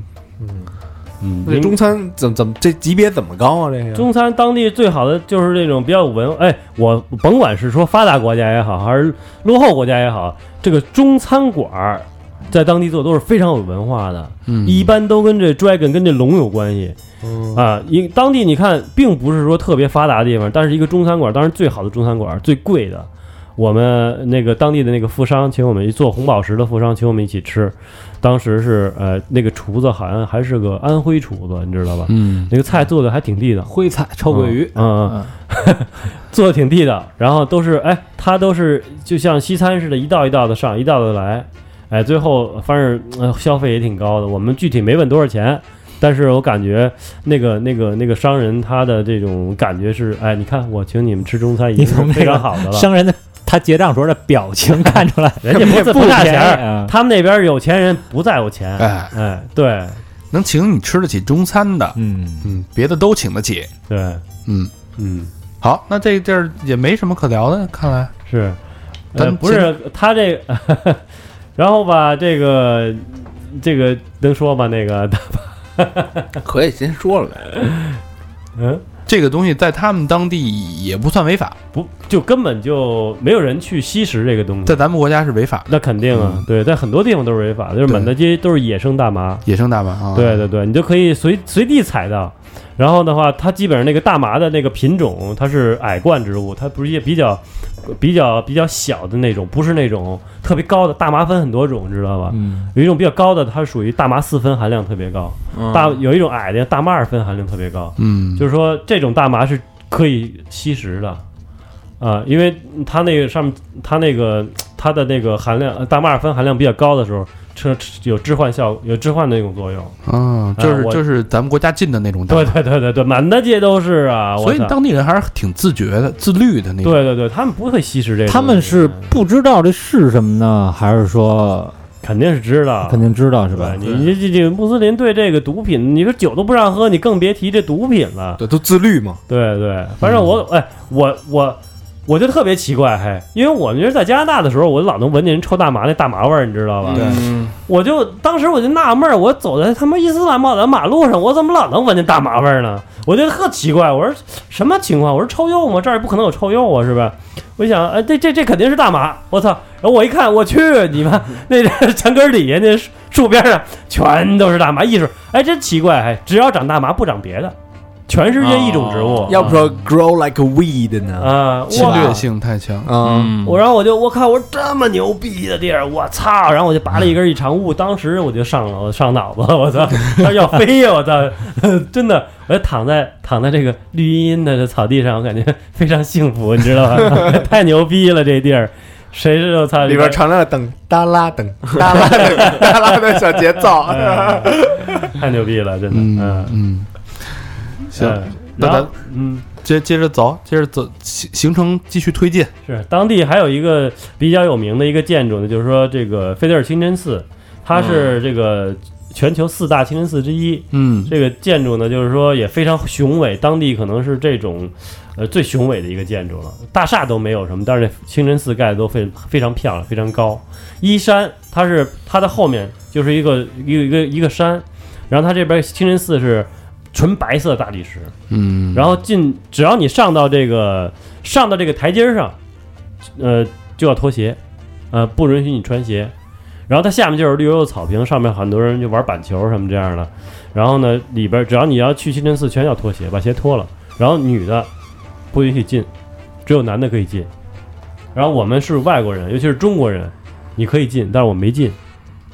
这中餐怎怎么这级别怎么高啊？这个中餐当地最好的就是那种比较有文，哎，我甭管是说发达国家也好，还是落后国家也好，这个中餐馆儿在当地做都是非常有文化的，嗯，一般都跟这 dragon 跟这龙有关系。嗯啊，因当地你看，并不是说特别发达的地方，但是一个中餐馆，当然最好的中餐馆，最贵的。我们那个当地的那个富商请我们一做红宝石的富商请我们一起吃，当时是呃那个厨子好像还是个安徽厨子，你知道吧？嗯那个菜做的还挺地道，徽菜臭鳜鱼，嗯，嗯 做的挺地道。然后都是哎，他都是就像西餐似的，一道一道的上，一道的来。哎，最后反正、呃、消费也挺高的。我们具体没问多少钱，但是我感觉那个那个那个商人他的这种感觉是，哎，你看我请你们吃中餐已经你是从那非常个好的了，商人的他结账时候的表情看出来， 人家不是不不差便宜钱啊儿，他们那边有钱人不在乎钱。哎，哎，对能请你吃得起中餐的，嗯，嗯，别的都请得起。对，嗯，嗯，好，那这地儿也没什么可聊的，看来。是，咱呃，们不是他这个， 然后吧，这个这个能说吗？那个，可以先说了呗。嗯，这个东西在他们当地也不算违法，不，就根本就没有人去吸食这个东西在。咱们国家是违法的，那肯定啊，对，在很多地方都是违法的，就是满大街都是野生大麻。野生大麻啊。对对对，你就可以随随地采到。然后的话，它基本上那个大麻的那个品种，它是矮冠植物，它不是也比较比较比较小的那种，不是那种特别高的。大麻分很多种，知道吧？嗯，有一种比较高的，它属于大麻四分含量特别高，嗯大有一种矮的大麻二分含量特别高，嗯，就是说这种大麻是可以吸食的，啊、因为它那个上面它那个它的那个含量，呃大麻二分含量比较高的时候，吃吃有致幻效，有致幻的那种作用。啊，就是啊我就是咱们国家禁的那种大麻对。对对对对，满大街都是啊！所以我操当地人还是挺自觉的、自律的那种。对对对，他们不会吸食这个东西，嗯他们是不知道这是什么呢，还是说肯定是知道，肯定知道是对吧？你你这这穆斯林对这个毒品，你说酒都不让喝，你更别提这毒品了。对，都自律嘛，对对，反正我、嗯哎，我我我就特别奇怪，嘿，因为我们觉得在加拿大的时候，我老能闻见人抽大麻那大麻味儿，你知道吧？嗯，我就当时我就纳闷儿，我走在他妈伊斯兰堡的马路上，我怎么老能闻见大麻味儿呢？我就特奇怪，我说什么情况？我说抽右吗？这儿不可能有抽右啊，是吧？我一想，哎，这这这肯定是大麻，我操！然后我一看，我去，你妈 那这墙根儿底下那树树边上全都是大麻，一说，哎，真奇怪，哎，只要长大麻不长别的，全世界一种植物，啊要不说 grow like a weed 呢？啊，嗯侵哇略性太强。啊，嗯，我然后我就我靠，我说这么牛逼的地儿，我操！然后我就拔了嗯一根异常物，当时我就上了，我上脑子了，我操，要飞呀！我操，真的，我就躺在躺在这个绿茵茵的这草地上，我感觉非常幸福，你知道吧？ 太牛逼了，这地儿，谁知道操里边传来了噔哒啦噔哒啦噔哒啦的小节奏。嗯 太牛逼了，真的，嗯嗯，行，嗯那然咱后嗯。接接着走，接着走，行行程继续推进。是当地还有一个比较有名的一个建筑呢，就是说这个菲德尔清真寺，它是这个全球四大清真寺之一。嗯这个建筑呢，就是说也非常雄伟，当地可能是这种呃最雄伟的一个建筑了，大厦都没有什么，但是清真寺盖的都非非常漂亮，非常高。依山它是它的后面就是一个一个一个一个山，然后它这边清真寺是纯白色大理石，嗯，然后进，只要你上到这个上到这个台阶儿上，呃，就要脱鞋，呃，不允许你穿鞋。然后它下面就是绿油油的草坪，上面很多人就玩板球什么这样的。然后呢，里边儿只要你要去清真寺，全要脱鞋，把鞋脱了。然后女的不允许进，只有男的可以进。然后我们是外国人，尤其是中国人，你可以进，但是我没进，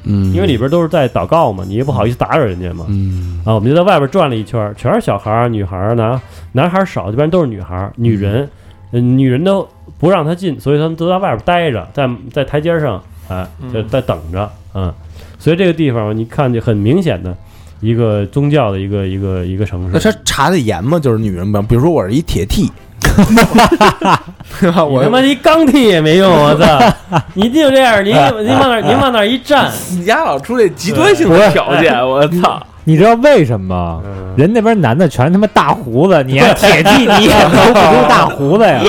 嗯，因为里边儿都是在祷告嘛，你也不好意思打扰人家嘛。嗯啊，我们就在外边转了一圈儿，全是小孩儿、啊女孩儿、男男孩儿少，一般都是女孩儿、女人，呃女人都不让他进，所以他们都在外边待着，在在台阶上，哎，就在等着，嗯，所以这个地方你看就很明显的一个宗教的一个一个一个城那市。他查的严吗？就是女人吧，比如说我是一铁 T，你我他妈一钢铁也没用，我操！你就这 样，你你往那儿你往那儿一站，你家老出这极端性的条件，我操！你知道为什么吗？人那边男的全他妈大胡子，你要铁弟你也留不住大胡 子呀。啊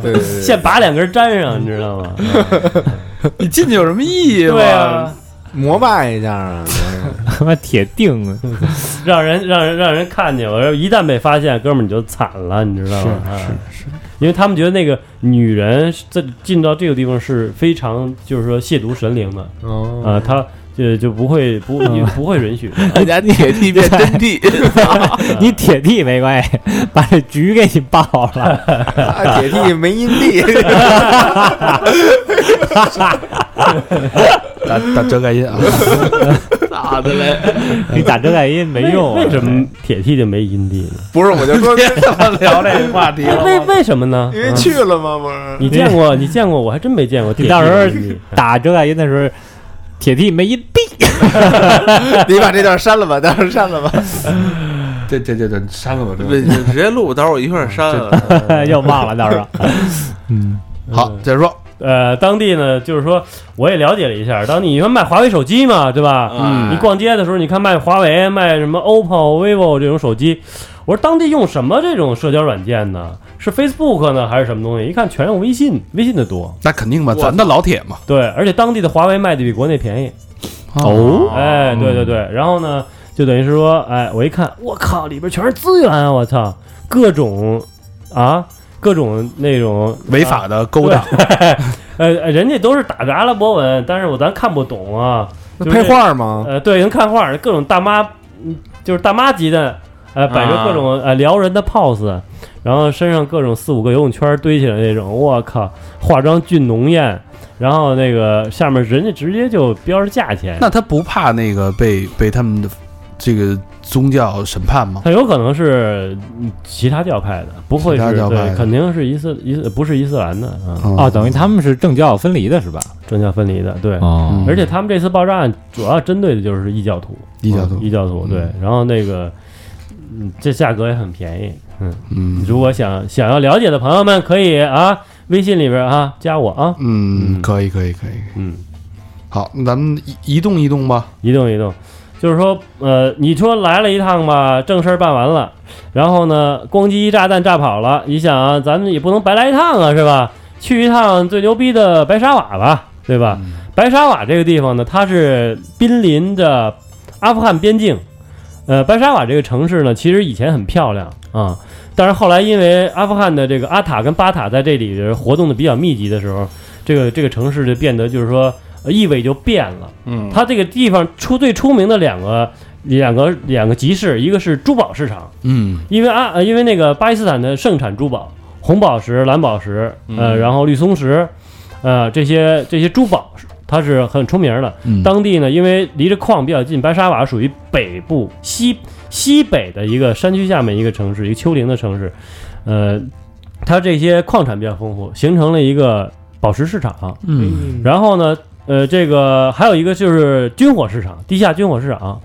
对对对先拔两根粘上，你知道吗？ 你进去有什么意义吗？对啊，膜拜一下啊！他妈铁定， 让人让人让人看见，我说一旦被发现，哥们儿你就惨了，你知道吗？是是是，因为他们觉得那个女人这进到这个地方是非常就是说亵渎神灵的哦啊，他就就不会不不会允许的。你家铁 T 变真 T，你铁弟没关系，把这局给你爆 了。啊，铁 T 没阴蒂，打打遮盖音 啊，咋的嘞？你打遮盖音没用，啊为什么铁 T 就没阴蒂呢？不是我就说，聊这个话题哎为为什么呢？啊因为去了嘛，不是 你见过你见过，我还真没见过。你 到时候打遮盖音的时候，铁弟没音闭。你把这段删了吧，到时候删了吧。 这这这这删了吧，这对，直接录，到时候我一块儿删了。嗯 又忘了，到时候。嗯好，接着说，呃，当地呢，就是说我也了解了一下，当地你看卖华为手机嘛，对吧？嗯你逛街的时候，你看卖华为、卖什么 OPPO、vivo 这种手机，我说当地用什么这种社交软件呢？是 Facebook 呢，还是什么东西？一看全用微信，微信的多。那肯定吧，咱的老铁嘛。对，而且当地的华为卖的比国内便宜。哦，哎，对对对，然后呢，就等于是说，哎，我一看，我靠，里边全是资源啊！我操，各种啊，各种那种违法的勾当，呃，人家都是打着阿拉伯文，但是我咱看不懂啊。就是 配画吗？呃，对，人看画，各种大妈，嗯，就是大妈级的，呃，摆着各种、呃撩人的 pose，然后身上各种四五个游泳圈堆起来那种，我靠，化妆巨浓艳，然后那个下面人家直接就标着价钱，那他不怕那个被被他们的这个宗教审判吗？很有可能是嗯其他教派的，不会其他是教派对的，肯定是伊斯伊斯不是伊斯兰的啊， 哦哦，等于他们是政教分离的是吧？政教分离的，对。嗯哦而且他们这次爆炸案主要针对的就是异教徒，异教徒，异教徒对嗯，然后那个，嗯，这价格也很便宜，嗯，嗯如果想想要了解的朋友们，可以啊，微信里边啊加我啊，嗯，可以可以可以。嗯，好，那咱们移移动移动吧。移动移动，就是说，呃，你说来了一趟吧，正事儿办完了，然后呢，咣叽炸弹炸跑了，你想啊，咱们也不能白来一趟啊，是吧？去一趟最牛逼的白沙瓦吧，对吧？白沙瓦这个地方呢，它是濒临着阿富汗边境。呃，白沙瓦这个城市呢，其实以前很漂亮啊，但是后来因为阿富汗的这个阿塔跟巴塔在这里人活动的比较密集的时候，这个这个城市就变得就是说呃意味就变了。嗯，它这个地方出最出名的两个两个两个集市，一个是珠宝市场，嗯因为啊，呃因为那个巴基斯坦的盛产珠宝，红宝石、蓝宝石，呃，然后绿松石，呃，这些这些珠宝它是很出名的。嗯，当地呢，因为离着矿比较近，白沙瓦属于北部西西北的一个山区下面一个城市，一个丘陵的城市，呃，它这些矿产比较丰富，形成了一个宝石市场。嗯然后呢，呃，这个还有一个就是军火市场，地下军火市场。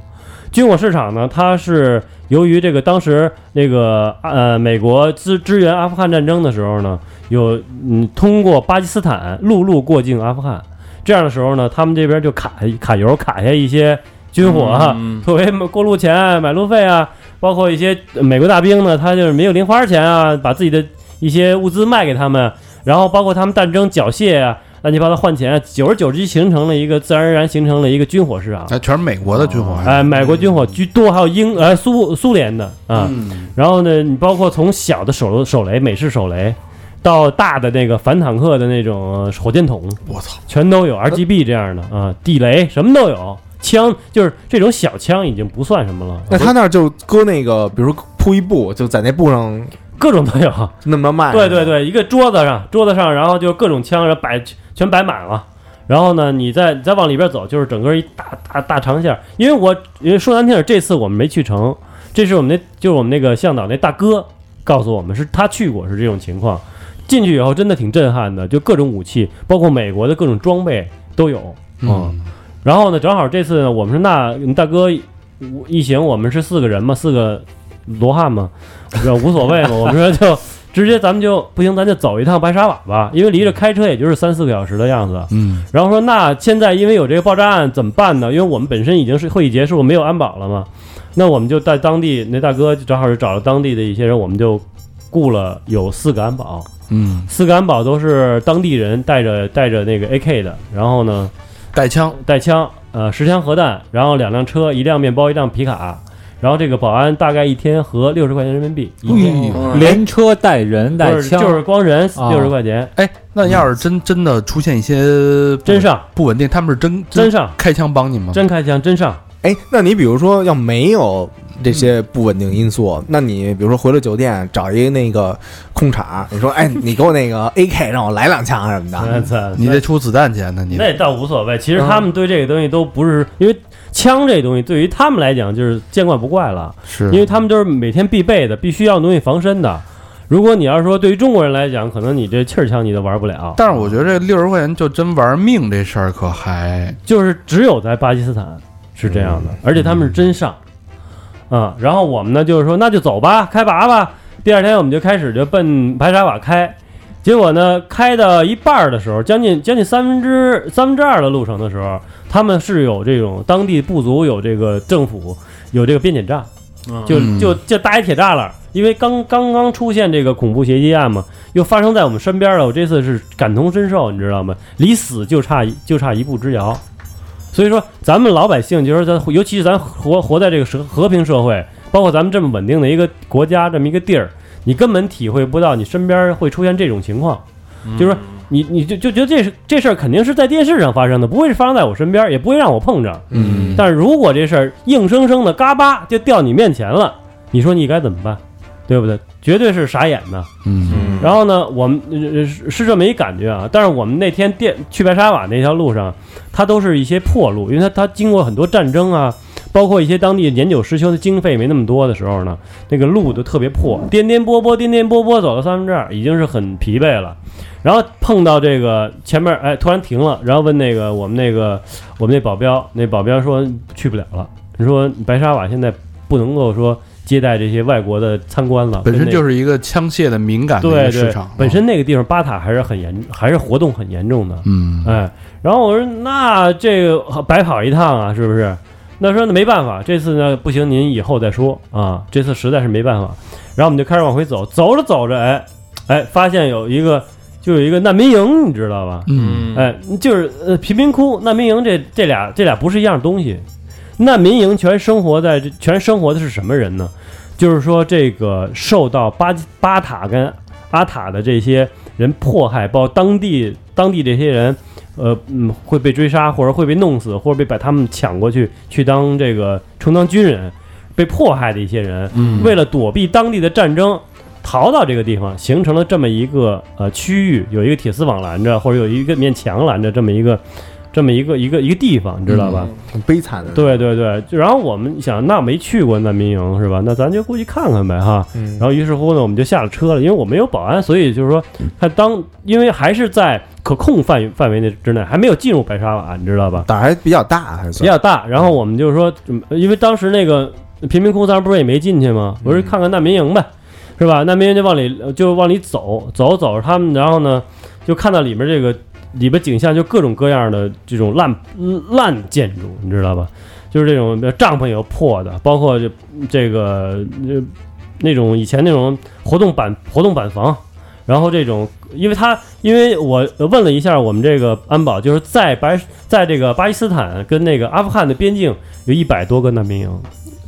军火市场呢，它是由于这个当时那个呃美国支支援阿富汗战争的时候呢，有嗯通过巴基斯坦陆路过境阿富汗，这样的时候呢，他们这边就卡卡油卡下一些军火啊，嗯作为过路钱啊、买路费啊，包括一些呃美国大兵呢，他就是没有零花钱啊，把自己的一些物资卖给他们，然后包括他们战争缴械啊，乱七八糟换钱啊，久而久之形成了一个自然而然形成了一个军火市场。嗯哎，全是美国的军火，哎，美国军火居多，还有英呃苏苏联的啊。嗯然后呢，你包括从小的手手雷美式手雷，到大的那个反坦克的那种呃火箭筒，我操，全都有 RGB 这样的啊，地雷什么都有，枪就是这种小枪已经不算什么了，那他那儿就搁那个，比如说铺一布，就在那布上各种都有。就那么着卖。对对对，一个桌子上，桌子上，然后就各种枪，然后摆全摆满了。然后呢，你再你再往里边走，就是整个一大大大长线儿。因为我因为说难听点儿，这次我们没去成，这是我们那就是我们那个向导那大哥告诉我们，是他去过是这种情况。进去以后真的挺震撼的，就各种武器，包括美国的各种装备都有。嗯然后呢，正好这次呢，我们是那大哥我一行，我们是四个人嘛，四个罗汉嘛，这无所谓嘛。我们说就直接咱们就不行，咱就走一趟白沙瓦吧，因为离着开车也就是三四个小时的样子。嗯然后说那现在因为有这个爆炸案怎么办呢？因为我们本身已经是会议结束，没有安保了嘛，那我们就在当地那大哥就正好是找了当地的一些人，我们就雇了有四个安保，嗯，四个安保都是当地人，带着带着那个 AK 的，然后呢。带枪，带枪，呃，十箱核弹，然后两辆车，一辆面包，一辆皮卡，然后这个保安大概一天合六十块钱人民币，哎一天嗯嗯连车带人带就是枪，就是光人啊六十块钱，哎，那要是真真的出现一些真上不稳定，他们是真真上开枪帮你吗？真开枪真上，哎，那你比如说要没有这些不稳定因素，嗯那你比如说回了酒店找一那个空场，你说哎，你给我那个 AK 让我来两枪啊什么嗯的，啊你啊得出子弹去，那你哎那倒无所谓。其实他们对这个东西都不是因为枪这东西对于他们来讲就是见怪不怪了，是因为他们都是每天必备的，必须要东西防身的。如果你要是说对于中国人来讲，可能你这气儿枪你都玩不了，但是我觉得这六十块钱就真玩命这事儿可还就是只有在巴基斯坦是这样的，而且他们是真上，啊、然后我们呢就是说那就走吧，开拔吧。第二天我们就开始就奔白沙瓦开，结果呢开到一半儿的时候，将近将近三分之三分之二的路程的时候，他们是有这种当地部族有这个政府有这个边检站，就嗯就就搭一铁栅栏，因为刚刚刚出现这个恐怖袭击案嘛，又发生在我们身边了。我这次是感同身受，你知道吗？离死就差一就差一步之遥。所以说，咱们老百姓就是咱，尤其是咱活活在这个社和平社会，包括咱们这么稳定的一个国家，这么一个地儿，你根本体会不到你身边会出现这种情况。就是说你你就就觉得这是这事儿肯定是在电视上发生的，不会是发生在我身边，也不会让我碰着。嗯但是如果这事儿硬生生的嘎巴就掉你面前了，你说你该怎么办？对不对？绝对是傻眼的。嗯嗯然后呢，我们呃呃是是这么一感觉啊，但是我们那天电去白沙瓦那条路上，它都是一些破路，因为它它经过很多战争啊，包括一些当地年久失修的经费没那么多的时候呢，那个路都特别破，颠颠簸簸，颠颠簸簸走到三分之二，已经是很疲惫了。然后碰到这个前面，哎，突然停了，然后问那个我们那个我们那保镖，那保镖说去不了了，说白沙瓦现在不能够说接待这些外国的参观了，本身跟那就是一个枪械的敏感的一对个对嗯市场，，啊本身那个地方巴塔还是很严，还是活动很严重的。嗯哎，然后我说那这个白跑一趟啊，是不是？那说那没办法，这次呢不行，您以后再说啊，这次实在是没办法。然后我们就开始往回走，走着走着，哎哎，发现有一个就有一个难民营，你知道吧？嗯哎，就是呃贫民窟、难民营这这俩这俩不是一样东西。难民营全生活在这，全生活的是什么人呢？就是说这个受到巴基巴塔跟阿塔的这些人迫害，包括当地当地这些人呃嗯会被追杀，或者会被弄死，或者被把他们抢过去去当这个充当军人，被迫害的一些人，嗯为了躲避当地的战争。逃到这个地方，形成了这么一个呃区域，有一个铁丝网拦着，或者有一个面墙拦着，这么一个，这么一个一个一个地方，你知道吧？挺悲惨的。，对对对，就然后我们想，那没去过难民营是吧？那咱就过去看看呗哈。嗯然后于是乎呢，我们就下了车了，因为我没有保安，所以就是说，他当因为还是在可控范围范围内之内，还没有进入白沙瓦，你知道吧？胆儿还比较大，还比算较大。然后我们就是说，嗯因为当时那个贫民窟，当时不是也没进去吗？我说看看难民营呗，是吧？难民营就往里就往里走，走走着他们，然后呢，就看到里面这个里边景象，就各种各样的这种烂烂建筑，你知道吧？就是这种帐篷有破的，包括这这个呃那种以前那种活动板活动板房，然后这种，因为他因为我问了一下我们这个安保，就是在白在这个巴基斯坦跟那个阿富汗的边境有一百多个难民营，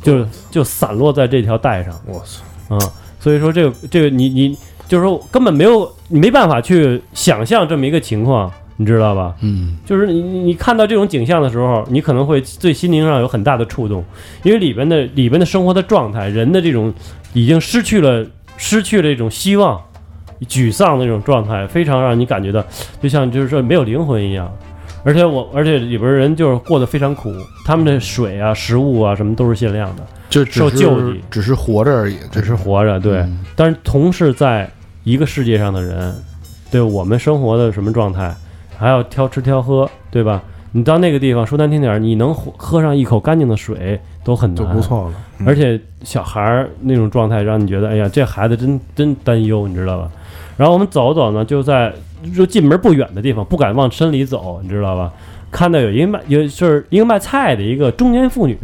就就散落在这条带上。我操，啊，所以说这个这个你你就是说根本没有你没办法去想象这么一个情况，你知道吧？嗯就是你你你看到这种景象的时候，你可能会对心灵上有很大的触动，因为里边的里边的生活的状态，人的这种已经失去了失去了一种希望、沮丧的这种状态，非常让你感觉到就像就是说没有灵魂一样。而且我而且里边人就是过得非常苦，他们的水啊、食物啊什么都是限量的，就只受是救济只是活着而已，只是活着。对，嗯但是同是在一个世界上的人，对我们生活的什么状态，还要挑吃挑喝，对吧？你到那个地方，说难听点儿，你能喝喝上一口干净的水都很就难，不错了。嗯而且小孩儿那种状态，让你觉得，哎呀，这孩子真真担忧，你知道吧？然后我们走走呢，就在就进门不远的地方，不敢往深里走，你知道吧？看到有一个卖，有就是一个卖菜的一个中年妇女，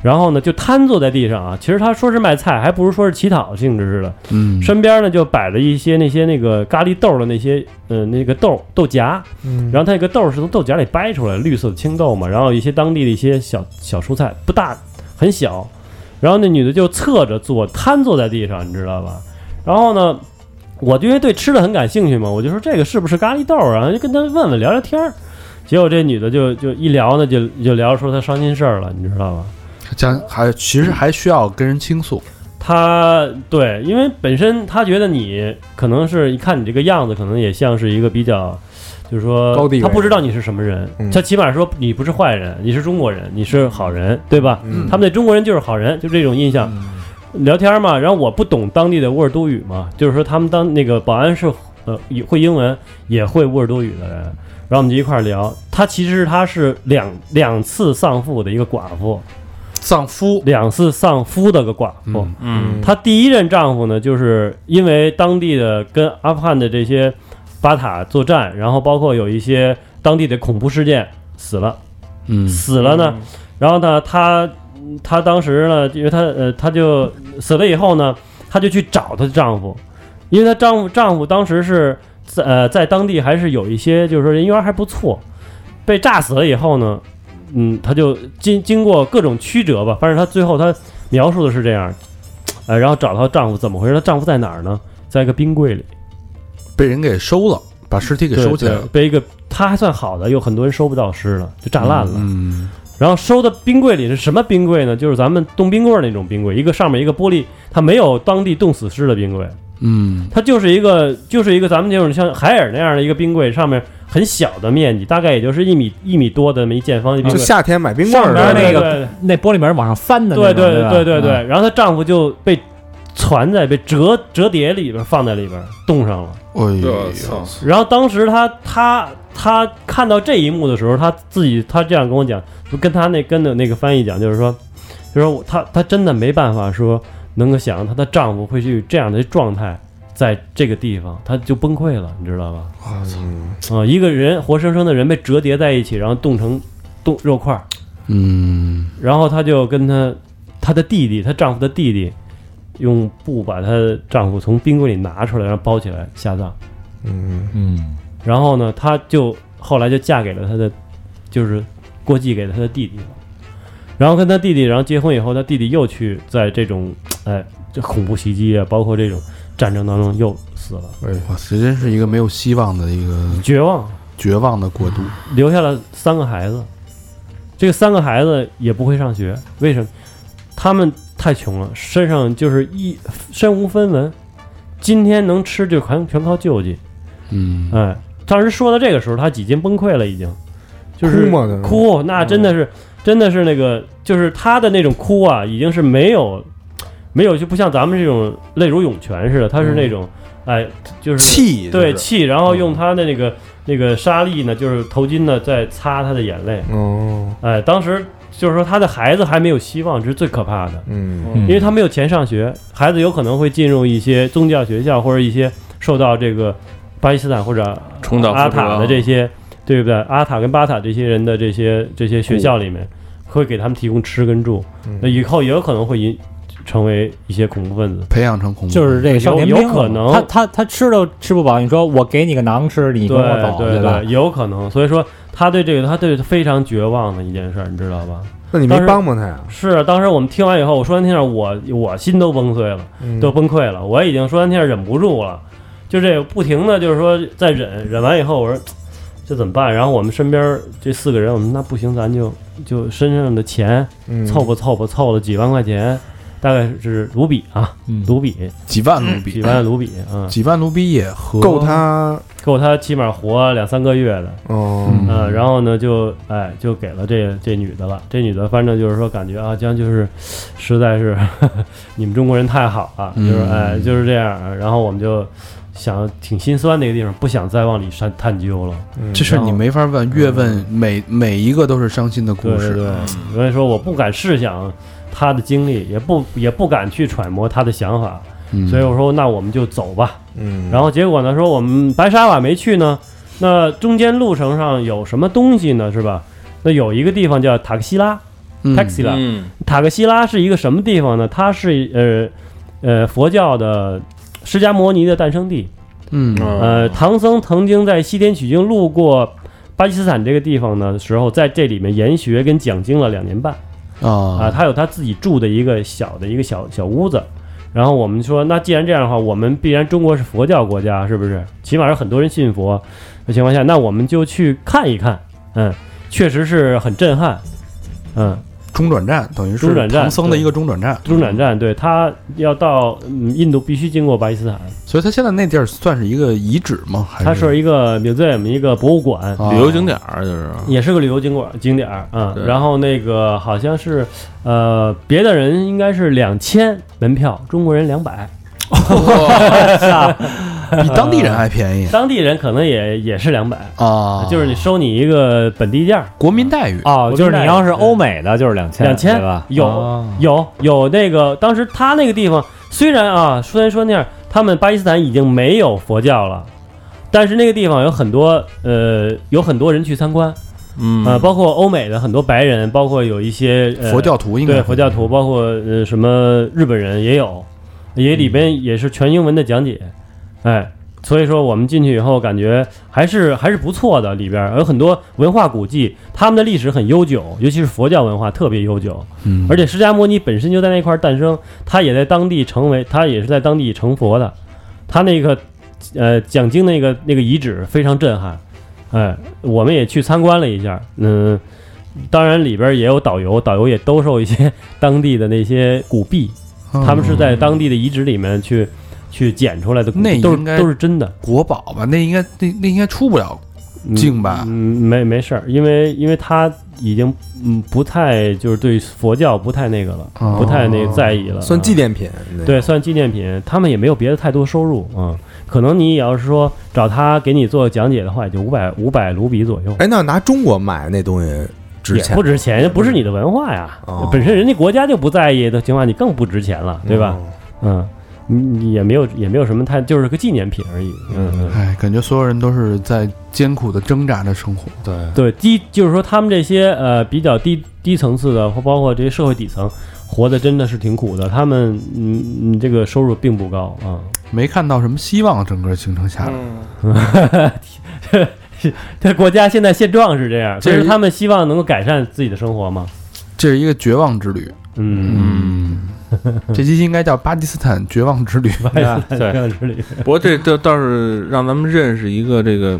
然后呢就瘫坐在地上啊。其实她说是卖菜，还不如说是乞讨性质似的。嗯身边呢就摆了一些那些那个咖喱豆的那些呃那个豆豆荚，嗯然后它那个豆儿是从豆荚里掰出来，绿色的青豆嘛，然后一些当地的一些小小蔬菜，不大很小，然后那女的就侧着坐，瘫坐在地上，你知道吧？然后呢，我就因为对吃的很感兴趣嘛，我就说这个是不是咖喱豆儿啊？就跟她问问聊聊天儿。结果这女的就就一聊呢，就就聊说她伤心事儿了，你知道吧？将还其实还需要跟人倾诉，他对，因为本身他觉得你可能是一看你这个样子，可能也像是一个比较，就是说高地位他不知道你是什么人，嗯他起码说你不是坏人，你是中国人，你是好人，对吧？嗯他们对中国人就是好人，就这种印象。聊天嘛，然后我不懂当地的沃尔多语嘛，就是说他们当那个保安是呃也会英文，也会沃尔多语的人，然后我们就一块儿聊。他其实他是两两次丧父的一个寡妇，丧夫，两次丧夫的个寡妇。嗯嗯，她第一任丈夫呢，就是因为当地的跟阿富汗的这些巴塔作战，然后包括有一些当地的恐怖事件死了，嗯死了呢，然后呢，她她当时呢，因为她呃，她就死了以后呢，她就去找她的丈夫，因为她丈夫丈夫当时是在呃在当地还是有一些就是说人缘还不错，被炸死了以后呢，嗯，她就经经过各种曲折吧，反正她最后她描述的是这样，呃，然后找到她丈夫怎么回事？她丈夫在哪儿呢？在一个冰柜里，被人给收了，把尸体给收起来对对了，被一个她还算好的，有很多人收不到尸了，就炸烂了。嗯，然后收的冰柜里是什么冰柜呢？就是咱们冻冰棍儿那种冰柜，一个上面一个玻璃，它没有当地冻死尸的冰柜，嗯它就是一个就是一个咱们这种像海尔那样的一个冰柜，上面很小的面积，大概也就是一米一米多的那么一见方的冰就柜。夏天买冰棍上儿边的那个嗯对那玻璃门往上翻的那对种，对吧对对对，然后她丈夫就被攒在被折折叠里边放在里边冻上了。哎呦我，操，然后当时她她她看到这一幕的时候，她自己她这样跟我讲，就跟她那跟的那个翻译讲，就是说，就是说我她她真的没办法说能够想到她的丈夫会去这样的状态，在这个地方，她就崩溃了，你知道吧？啊、一个人活生生的人被折叠在一起，然后冻成冻肉块儿，嗯然后她就跟她她的弟弟，她丈夫的弟弟，用布把她丈夫从冰柜里拿出来，然后包起来下葬。嗯，嗯，然后呢，她就后来就嫁给了她的，就是过继给了她的弟弟了。然后跟她弟弟，然后结婚以后，她弟弟又去在这种，哎，这恐怖袭击啊，包括这种战争当中又死了，哇，这真是一个没有希望的一个绝望，绝望的国度。留下了三个孩子，这个三个孩子也不会上学，为什么？他们太穷了，身上就是一身无分文，今天能吃就全全靠救济。嗯，哎，当时说到这个时候，他几近崩溃了，已经嗯就是哭吗嗯那是哭那真的是、真的是那个，就是他的那种哭啊，已经是没有没有，就不像咱们这种泪如涌泉似的，他是那种、哎，就嗯是气对就是嗯气，然后用他的那个、那个沙粒呢，就是头巾呢，在擦他的眼泪。哦，哎，当时就是说他的孩子还没有希望，这是最可怕的，嗯嗯因为他没有钱上学，孩子有可能会进入一些宗教学校或者一些受到这个巴基斯坦或者嗯重蹈覆辙阿塔的这些，对不对？阿塔跟巴塔这些人的这些这些学校里面，会给他们提供吃跟住嗯，那以后也有可能会引成为一些恐怖分子。培养成恐怖，就是这个少年兵有可能他他他吃都吃不饱，你说我给你个馕吃，你对跟我走，对吧？有可能。所以说，他对这个，他对非常绝望的一件事儿，你知道吧？那你没当时帮帮他呀？是，啊当时我们听完以后，我说完天上，我我心都崩碎了，都崩溃了，我已经说完天上忍不住了，就这不停的就是说在忍，忍完以后，我说嘖这怎么办？然后我们身边这四个人，我们那不行，咱就就身上的钱嗯凑吧凑吧，凑了几万块钱，大概是卢比啊，嗯卢比几万卢比，几万卢比 啊，几万卢比也合够他够他起码活两三个月的。哦，嗯嗯，然后呢，就哎，就给了这这女的了。这女的反正就是说，感觉啊，将就是，实在是 你们中国人太好了，嗯就是哎，就是这样。然后我们就想挺心酸的一个地方，不想再往里探探究了。这事儿你没法问，越问每每一个都是伤心的对故嗯对事。对，啊所以说我不敢试想她的经历，也不也不敢去揣摩她的想法。嗯所以我说，那我们就走吧。嗯，然后结果呢，说我们白沙瓦没去呢，那中间路程上有什么东西呢？是吧？那有一个地方叫塔克西拉。嗯 Taxi 了。嗯，塔克西拉是一个什么地方呢？它是呃呃佛教的释迦摩尼的诞生地。嗯呃，唐僧曾经在西天取经路过巴基斯坦这个地方的时候，在这里面研学跟讲经了两年半啊、啊，他有他自己住的一个小的一个小小屋子。然后我们说，那既然这样的话，我们必然中国是佛教国家，是不是？起码是很多人信佛的情况下，那我们就去看一看。嗯，确实是很震撼。嗯，中转站等于中是转站唐僧的一个中转站，中转站，对他要到嗯印度必须经过巴基斯坦，所以他现在那地儿算是一个遗址吗？还它是是一个 museum 一个博物馆，啊旅游景点儿就是也是个旅游景馆景点儿啊、对然后那个好像是呃别的人应该是两千门票，中国人两百，比当地人还 便宜当地人可能也也是两百、嗯啊，就是你收你一个本地价国民待遇。哦，就是你要是对欧美的，就是两千，两千对吧？有、啊哦有有那个当时他那个地方虽然啊虽然说那样，他们巴基斯坦已经没有佛教了。但是那个地方有很多呃，有很多人去参观，嗯呃，包括欧美的很多白人，包括有一些、呃、佛教徒应该对佛教徒，包括呃什么日本人也有，也嗯里边也是全英文的讲解，哎，所以说我们进去以后感觉还是还是不错的，里边儿有很多文化古迹，他们的历史很悠久，尤其是佛教文化特别悠久，嗯而且释迦摩尼本身就在那块儿诞生，他也在当地成为他也是在当地成佛的，他那个呃讲经那个那个遗址非常震撼，哎，我们也去参观了一下，嗯。当然，里边也有导游，导游也兜售一些 当地的那些古币，嗯他们是在当地的遗址里面去去捡出来的古那币，都应是该都是真的。国宝吧？那应该那那应该出不了嗯境吧嗯，没没事儿，因为因为他已经嗯不太就是对佛教不太那个了，哦不太那在意了，算啊纪念品，那对，算纪念品，他们也没有别的太多收入啊、嗯可能你也要是说找他给你做讲解的话，也就五百五百卢比左右，哎，那拿中国买那东西值也钱嗯不值钱，不是你的文化呀。哦本身人家国家就不在意的情况下，你更不值钱了，对吧？？嗯，你你也没有也没有什么太，就是个纪念品而已。嗯嗯，哎，感觉所有人都是在艰苦的挣扎着生活。对，对，低就是说他们这些呃比较低低层次的，或包括这些社会底层，活的真的是挺苦的。他们嗯嗯这个收入并不高啊。没看到什么希望，整个行程下来，这国家现在现状是这样，所这以说他们希望能够改善自己的生活嘛。这是一个绝望之旅。嗯，嗯，这期应该叫巴基斯坦绝望之旅。 对 对这样之类的不过这这倒是让咱们认识一个这个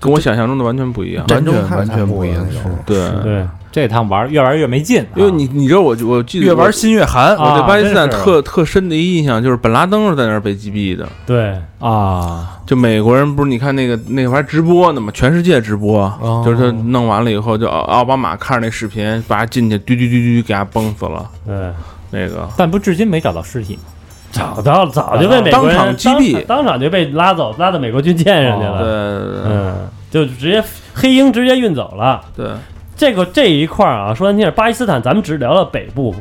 跟我想象中的完全不一样。完战全争完全不一样，那种是对，对，这趟玩儿越玩儿越没劲啊，因为你你知道我我记 得越玩我心越寒。我啊对巴基斯坦真是特特深的一印象就是本拉登是在那儿被击毙的，对，啊，就美国人不是你看那个那会儿还直播呢嘛，全世界直播，哦就是他弄完了以后，就奥奥巴马看着那视频，把他进去，嘟嘟嘟嘟给他崩死了。对，那个但不至今没找到尸体吗早到早就被美国当人场击毙当当场就被拉走，拉到美国军舰上去对了，对嗯，就直接黑鹰直接运走了。对对这个这一块儿啊，说难听点，巴基斯坦咱们只聊了北部，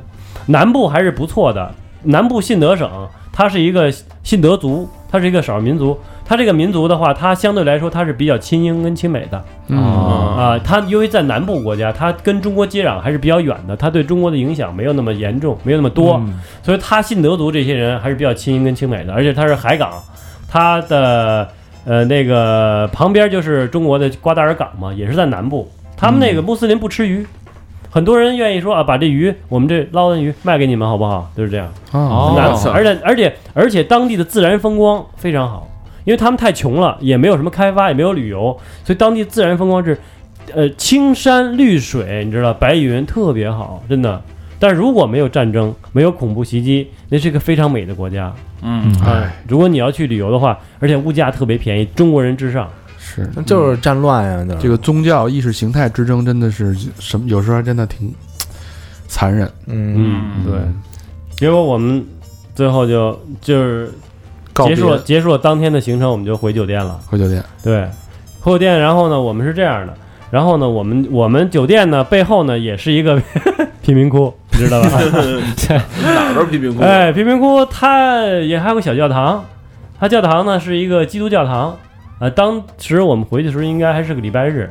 南部还是不错的。南部信德省，它是一个信德族，它是一个少数民族。它这个民族的话，它相对来说它是比较亲英跟亲美的嗯，啊，啊、它因为在南部国家，它跟中国接壤还是比较远的，它对中国的影响没有那么严重，没有那么多。嗯所以他信德族这些人还是比较亲英跟亲美的，而且他是海港，他的呃那个旁边就是中国的瓜达尔港嘛，也是在南部。他们那个穆斯林不吃鱼，很多人愿意说啊，把这鱼我们这捞完鱼卖给你们好不好？就是这样。哦南哦而且而且而且当地的自然风光非常好，因为他们太穷了，也没有什么开发，也没有旅游，所以当地自然风光是，呃，青山绿水，你知道，白云特别好，真的。但是如果没有战争，没有恐怖袭击，那是一个非常美的国家。嗯，哎，如果你要去旅游的话，而且物价特别便宜，中国人至上。是那就是战乱啊呀，就是这个宗教意识形态之争真的是什么，有时候还真的挺残忍。嗯，对。结果我们最后就就是告结别束了结束了当天的行程，我们就回酒店了。回酒店，对，回酒店，然后呢，我们是这样的，然后呢，我们我们酒店呢背后呢也是一个 贫民窟，你知 道吧？哪儿都是贫民窟。哎，贫民窟它也还有个小教堂，它教堂呢是一个基督教堂。呃，当时我们回去的时候应该还是个礼拜日，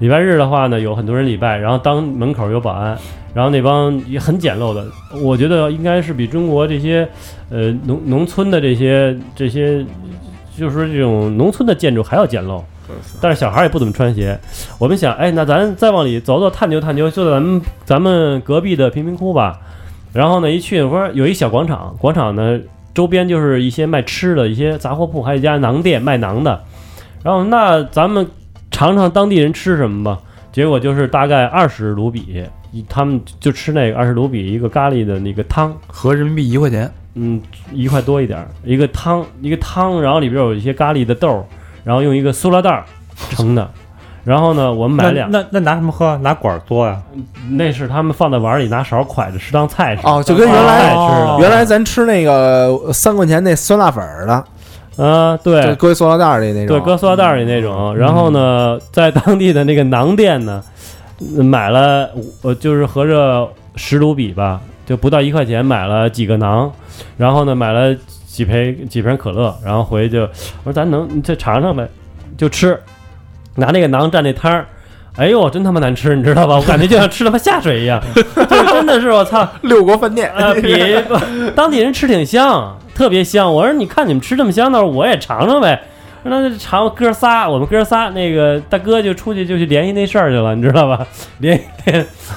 礼拜日的话呢有很多人礼拜，然后当门口有保安，然后那帮也很简陋的，我觉得应该是比中国这些呃农农村的这些这些。就是说，这种农村的建筑还要简陋，但是小孩也不怎么穿鞋。我们想，哎，那咱再往里走走，探究探究，就在咱们咱们隔壁的贫民窟吧。然后呢，一去我说有一小广场，广场呢周边就是一些卖吃的、一些杂货铺，还有一家馕店卖馕的。然后那咱们尝尝当地人吃什么吧。结果就是大概二十卢比，一他们就吃那个二十卢比一个咖喱的那个汤，合人民币一块钱，嗯，一块多一点儿，一个汤一个汤，然后里边有一些咖喱的豆儿，然后用一个塑料袋儿盛的。然后呢，我们买那了两，那那拿什么喝？啊拿管儿嘬呀？那是他们放在碗里拿勺蒯着，是当菜啊吃。哦，就跟原来当菜吃的原来咱吃那个三块钱那酸辣粉儿的，嗯、对，就搁塑料袋里那种，嗯对，搁塑料袋里那种。然后呢，在当地的那个馕店呢，呃买了五呃，就是合着十卢比吧，就不到一块钱买了几个馕，然后呢买了几瓶几瓶可乐，然后回去就我说咱能你再尝尝呗，就吃，拿那个馕蘸那汤儿。哎呦，真他妈难吃，你知道吧？我感觉就像吃他妈下水一样， 就是真的是我操，六国饭店呃，比当地人吃挺香，特别香。我说你看你们吃这么香，那我也尝尝呗。那就尝哥仨，我们哥仨那个大哥就出去就去联系那事儿去了，你知道吧？联系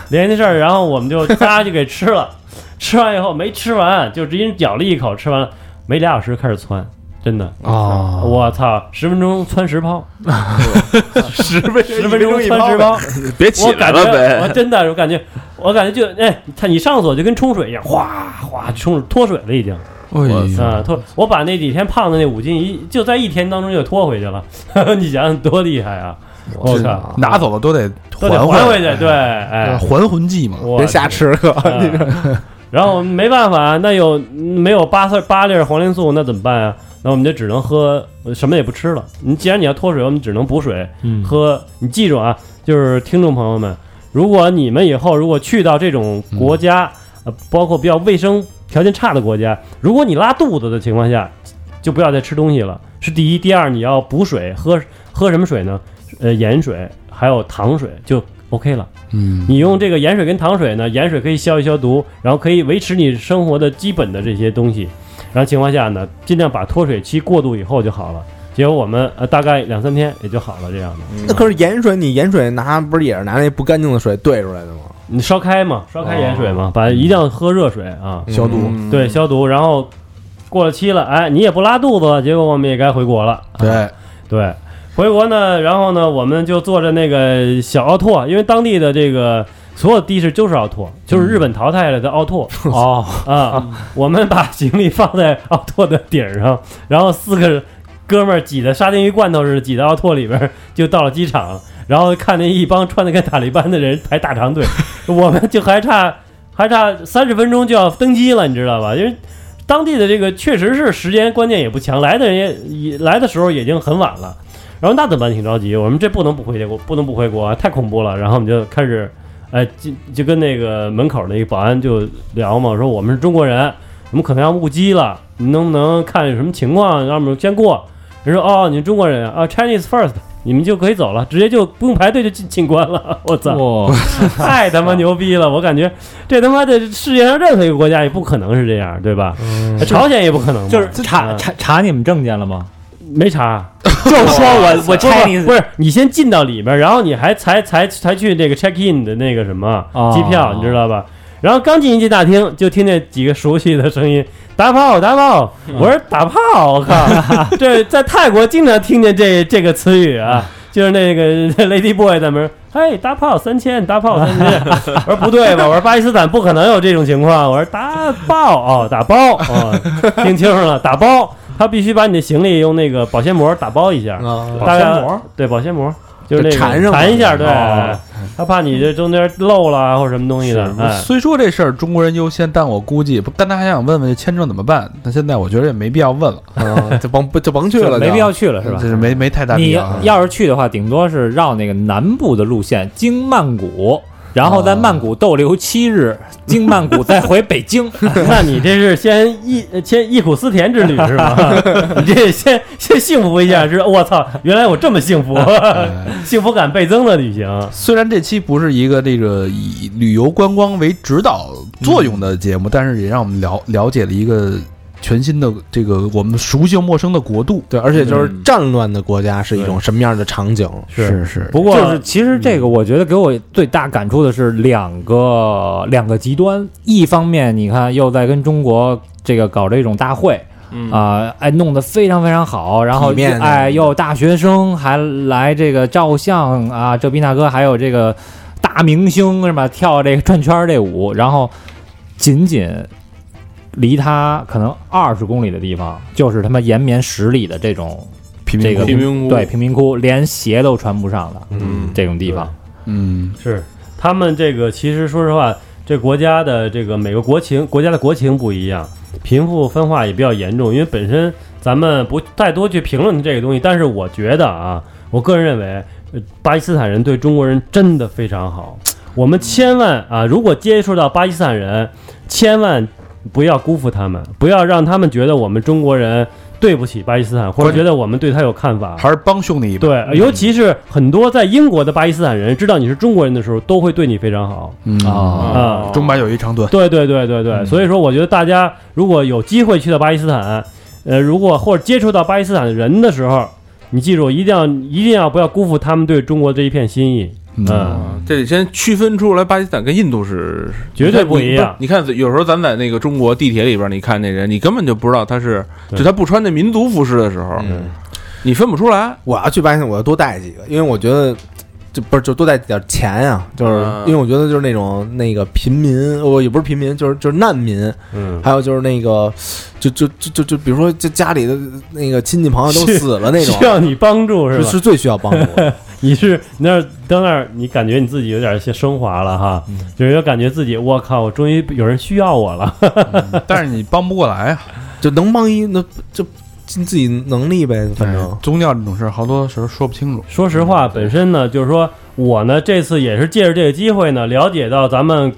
联系那事儿，然后我们就仨就给吃了。吃完以后没吃完，就直接咬了一口，吃完了没俩小时开始窜，真的，哦我操，十分钟窜十泡，十分十分钟窜十泡，别起我来感了觉我呗。真的，我感觉，我感觉就哎，他你上锁就跟冲水一样，哗哗冲脱水了已经。哎呀，啊，脱！我把那几天胖的那五斤一就在一天当中就拖回去了， 你想想多厉害啊！我靠，拿走了都得都得还还回去，对，哎，还魂计嘛。我别瞎吃可。啊然后我们没办法，那有没有八色八粒儿黄连素，那怎么办啊？那我们就只能喝，什么也不吃了。你既然你要脱水，我们只能补水嗯喝。你记住啊，就是听众朋友们，如果你们以后如果去到这种国家，呃，包括比较卫生条件差的国家，如果你拉肚子的情况下，就不要再吃东西了。是第一，第二，你要补水，喝喝什么水呢？呃，盐水还有糖水就 OK 了。嗯，你用这个盐水跟糖水呢，盐水可以消一消毒，然后可以维持你生活的基本的这些东西。然后情况下呢，尽量把脱水期过渡以后就好了。结果我们呃大概两三天也就好了，这样的。 那可是盐水，你盐水拿不是也是拿那不干净的水兑出来的吗？你烧开嘛，烧开盐水嘛，把一定要喝热水啊，消毒嗯对，消毒。然后过了期了，哎，你也不拉肚子了，结果我们也该回国了。对，对，回国呢，然后呢，我们就坐着那个小奥拓，因为当地的这个所有的士就是奥拓，就是日本淘汰了的奥拓。哦，啊，我们把行李放在奥拓的顶上，然后四个哥们儿挤的沙丁鱼罐头似的挤到奥拓里边儿，就到了机场了。然后看见一帮穿的跟塔利班的人排大长队， 我们就还差还差三十分钟就要登机了，你知道吧？因为当地的这个确实是时间观念也不强，来的人也也来的时候已经很晚了。然后那怎么办？挺着急，我们这不能不回国，不能不回国啊，太恐怖了。然后我们就开始哎，就就跟那个门口那个保安就聊嘛，说我们是中国人，我们可能要误机了，你能不能看有什么情况，让我们先过？人说哦，你们中国人啊，Chinese first，你们就可以走了，直接就不用排队就进进关了。我操，哇，太他妈牛逼了！我感觉这他妈的世界上任何一个国家也不可能是这样，对吧？朝鲜也不可能吧， 嗯就是查嗯查查你们证件了吗？没查，就说呃我我不是 Chinese 不是，你先进到里面，然后你还才才才去那个 check in 的那个什么哦机票，你知道吧？然后刚进一进大厅，就听见几个熟悉的声音：“打炮，打炮！”我嗯说：“打炮！”我靠，这在泰国经常听见这这个词语啊，就是那个 Lady Boy 在门，嘿，打炮三千，打炮三千。我说不对吧？我说巴基斯坦不可能有这种情况。我说打爆哦，打包哦，听清楚了，打包。他必须把你的行李用那个保鲜膜打包一下，啊，大概对保鲜膜，就是那个就缠上了缠一下，对哦，他怕你这中间漏了啊或者什么东西的，哎，虽说这事儿中国人优先，但我估计，不但他还想问问这签证怎么办。但现在我觉得也没必要问了，啊就甭不就甭去就了，没就必要去了是吧这？是没没太大必你要啊。要是去的话，顶多是绕那个南部的路线，经曼谷，然后在曼谷逗留七日，经曼谷再回北京。哎那你这是先忆先忆苦思甜之旅是吧？ 你这先先幸福一下，是吧我操，原来我这么幸福， 幸福感倍增的旅行。虽然这期不是一个这个以旅游观光为指导作用的节目，但是也让我们了了解了一个全新的这个我们熟悉又陌生的国度。对，而且就是战乱的国家是一种什么样的场景？是是，不过就是其实这个，我觉得给我最大感触的是两个两个极端。一方面，你看又在跟中国这个搞这种大会。啊、哎，弄得非常非常好，然后体面哎，又有大学生还来这个照相啊，这逼那哥，还有这个大明星是吧？跳这个转圈儿这舞，然后仅仅离他可能二十公里的地方，就是他妈延绵十里的这种贫民这个窟贫民窟对贫民窟，连鞋都穿不上的嗯，这种地方。嗯，是他们这个，其实说实话，这国家的这个每个国情，国家的国情不一样，贫富分化也比较严重。因为本身咱们不太多去评论这个东西，但是我觉得啊，我个人认为，呃巴基斯坦人对中国人真的非常好。我们千万啊，如果接触到巴基斯坦人，千万不要辜负他们，不要让他们觉得我们中国人对不起巴基斯坦，或者觉得我们对他有看法。还是帮兄弟一把。对，尤其是很多在英国的巴基斯坦人知道你是中国人的时候，都会对你非常好嗯啊啊、中巴友谊长短。对对对对对，所以说我觉得大家如果有机会去到巴基斯坦，呃，如果或者接触到巴基斯坦人的时候，你记住一定要一定要不要辜负他们对中国这一片心意，嗯，这得先区分出来，巴基斯坦跟印度是绝对不一样你看，有时候咱在那个中国地铁里边，你看那人，你根本就不知道他是，对就他不穿那民族服饰的时候，嗯你分不出来。我要去巴基斯坦，我要多带几个，因为我觉得就不是就多带点钱呀、就是嗯因为我觉得就是那种那个贫民，我也不是贫民，就是就是难民，嗯，还有就是那个就就就就就比如说这家里的那个亲戚朋友都是死了那种需，要你帮助是是吧？是最需要帮助的。你是那儿到那儿，你感觉你自己有点些升华了哈，就是有感觉自己我靠，我终于有人需要我了，但是你帮不过来啊，就能帮一那就尽自己能力呗，反正哎宗教这种事儿，好多时候说不清楚。说实话，本身呢，就是说我呢，这次也是借着这个机会呢，了解到咱们，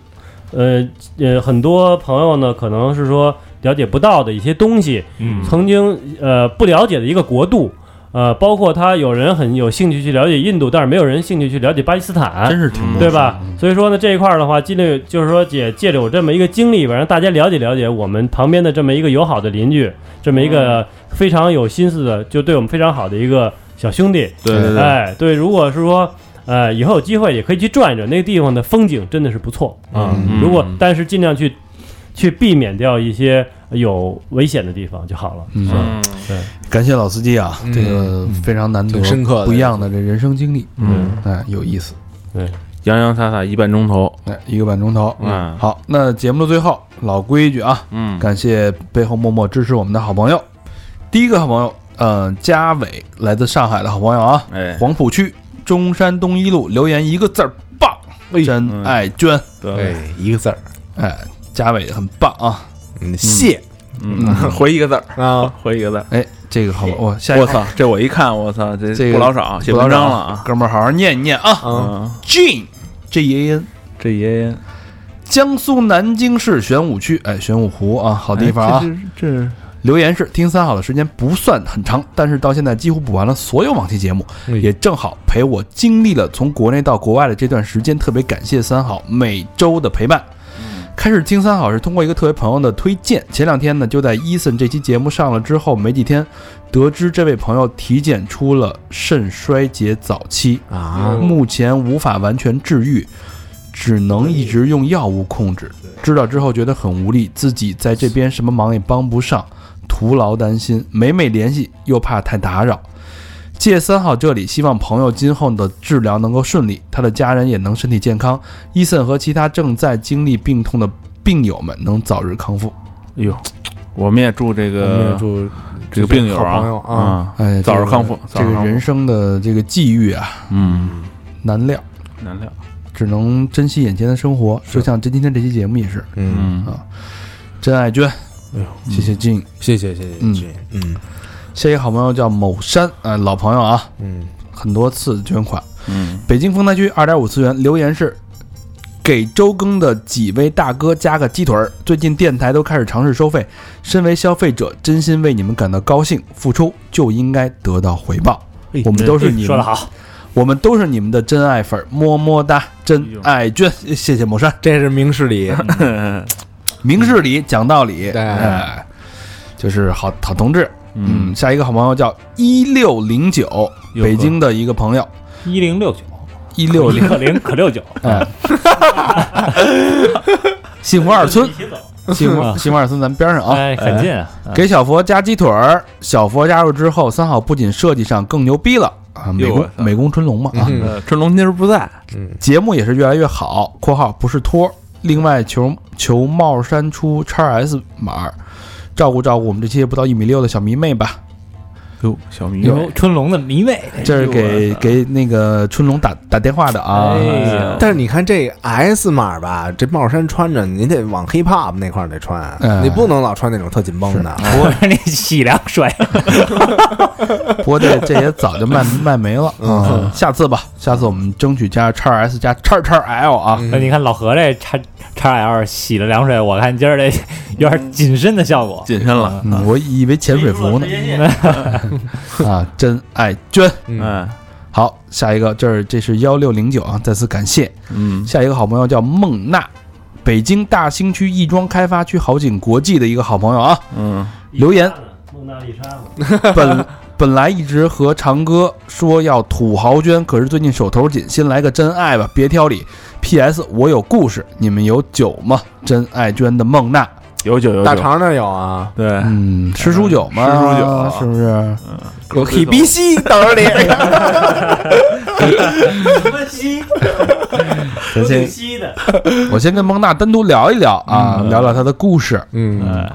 呃呃，很多朋友呢，可能是说了解不到的一些东西，嗯曾经呃不了解的一个国度，呃，包括他有人很有兴趣去了解印度，但是没有人兴趣去了解巴基斯坦，真是挺嗯对吧？所以说呢，这一块儿的话，尽量就是说借借着我这么一个经历吧，让大家了解了解我们旁边的这么一个友好的邻居，这么一嗯个非常有心思的，就对我们非常好的一个小兄弟。对对对，哎，对，如果是说，呃，以后有机会也可以去转一转，那个地方的风景真的是不错啊。嗯如果但是尽量去去避免掉一些有危险的地方就好了。嗯是吧嗯感谢老司机啊，嗯这个非常难得、挺深刻的不一样的这人生经历，嗯，哎，有意思。洋洋洒洒一半钟头，哎，一个半钟头。嗯好，那节目的最后，老规矩啊，嗯，感谢背后默默支持我们的好朋友。第一个好朋友，呃，嘉伟，来自上海的好朋友啊，哎，黄浦区中山东一路留言一个字儿棒，真爱娟。哎对，，一个字儿，哎，嘉伟很棒啊。嗯，谢嗯，回一个字儿，啊，回一个字儿。哎，这个好，我下一我个操，这我一看，我操，这这个不老少写不老文少章了啊。哥们儿好好念一念啊。嗯，嗯， Jean J E A N，这爷爷江苏南京市玄武区，哎，玄武湖啊，好地方啊。哎这是留言是听三好的时间不算很长，但是到现在几乎补完了所有往期节目，哎也正好陪我经历了从国内到国外的这段时间，特别感谢三好每周的陪伴。开始听三好是通过一个特别朋友的推荐，前两天呢就在伊森这期节目上了之后没几天，得知这位朋友体检出了肾衰竭早期，啊，目前无法完全治愈，只能一直用药物控制。知道之后觉得很无力，自己在这边什么忙也帮不上，徒劳担心。每每联系又怕太打扰。借三号这里，希望朋友今后的治疗能够顺利，他的家人也能身体健康。伊森和其他正在经历病痛的病友们能早日康复。哎呦，我们也祝这个祝这个病友好朋友啊啊，哎，早日这个康复早这日个康复人生的这个际遇啊，嗯，难料，难料，只能珍惜眼前的生活。就像这今天这期节目也是，啊嗯，嗯，真爱娟，哎呦，谢谢静。谢谢谢谢，嗯谢谢嗯下一个好朋友叫某山，呃，老朋友啊，嗯，很多次捐款。嗯，北京丰台区二点五次元留言是：给周更的几位大哥加个鸡腿儿。最近电台都开始尝试收费，身为消费者，真心为你们感到高兴。付出就应该得到回报，我们哎都是你说们的，好，我们都是你们的真爱粉儿，么么哒，真爱娟， 谢谢某山。这是明事理，明事理，讲道理，对哎，就是好好同志。嗯，下一个好朋友叫一六零九，哟呵北京的一个朋友。一零六九，一六 零，可零可 六九，哎，幸福二村，幸福幸福二村，咱们边上啊。哎，很近啊，给小佛加鸡腿儿，小佛加入之后，三好不仅设计上更牛逼了啊，美哟工我操美工春龙嘛啊，嗯呃春龙今儿不在，嗯，节目也是越来越好（括号不是托）。另外求求帽山出 x S 码，照顾照顾我们这些不到一米六的小迷妹吧。哟，小迷哟春龙的迷妹，这是给给那个春龙打打电话的啊。哎但是你看这 S 码吧，这帽衫穿着，你得往 hip hop 那块儿得穿，哎你不能老穿那种特紧绷的。我是那洗凉水，不过这这也早 就卖卖没了啊。下次吧，下次我们争取加 x S 加 x x L 啊。嗯那 你看老何这叉叉 L 洗了凉水，我看今儿这有点紧身的效果。谨慎了，嗯，我以为潜水服呢。哎啊，真爱娟。嗯哎，好，下一个，这是这是幺六零九啊，再次感谢。嗯，下一个好朋友叫孟娜，北京大兴区亦庄开发区好景国际的一个好朋友 啊。嗯，留言，蒙娜丽莎嘛，本本来一直和长哥说要土豪捐，可是最近手头紧，先来个真爱吧，别挑理。P.S. 我有故事，你们有酒吗？真爱捐的孟娜，有酒有酒，大肠那儿有啊，对，嗯，吃书酒吗？吃书酒是不是？有 T B C 等着你。温西，咱先，西的，我先跟孟娜单独聊一聊啊，嗯聊聊她的故事。嗯，哎，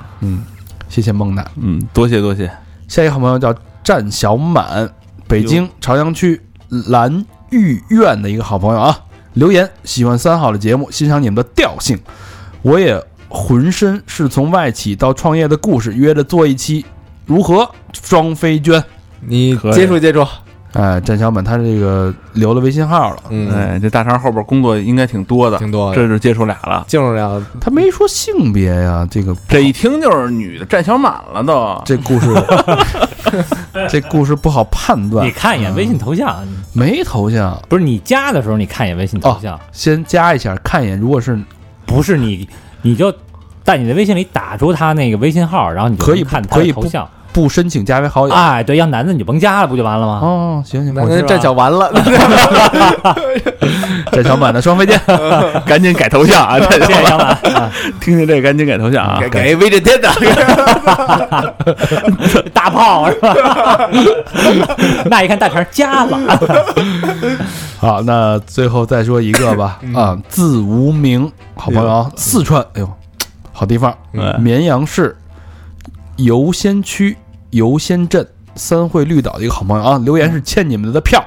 谢谢孟娜。嗯，多谢多谢，下一个好朋友叫战小满，北京朝阳区蓝玉苑的一个好朋友啊，留言喜欢三好的节目，欣赏你们的调性，我也浑身是从外企到创业的故事，约着做一期，如何？双飞娟，你可以接触接触，哎，战小满他这个留了微信号了，嗯，哎，这大肠后边工作应该挺多的，挺多的这，是接触俩了，进入了他没说性别呀，这个这一听就是女的，占小满了都，这故事，这故事不 好判断你，看一眼微信头像，你没头像，不是你加的时候你看一眼微信头像，先加一下看一眼，如果是不是你你就在你的微信里打出他那个微信号，然后你就可以能看不他可以的头不像，不申请加为好友。哎，对，要男的你就甭加了，不就完了吗？哦，行行，那我那站脚 完了，战小满的双飞 剑， 赶紧改头像啊！这谢谢 小满，听见这个赶紧改头像啊！给威震天的，大炮是 吧？那一看大肠加了，好，那最后再说一个吧，嗯啊，字无名，好朋友啊，四川，哎呦，好地方，嗯绵阳市游仙区游仙镇三汇绿岛的一个好朋友啊，留言是欠你们的票，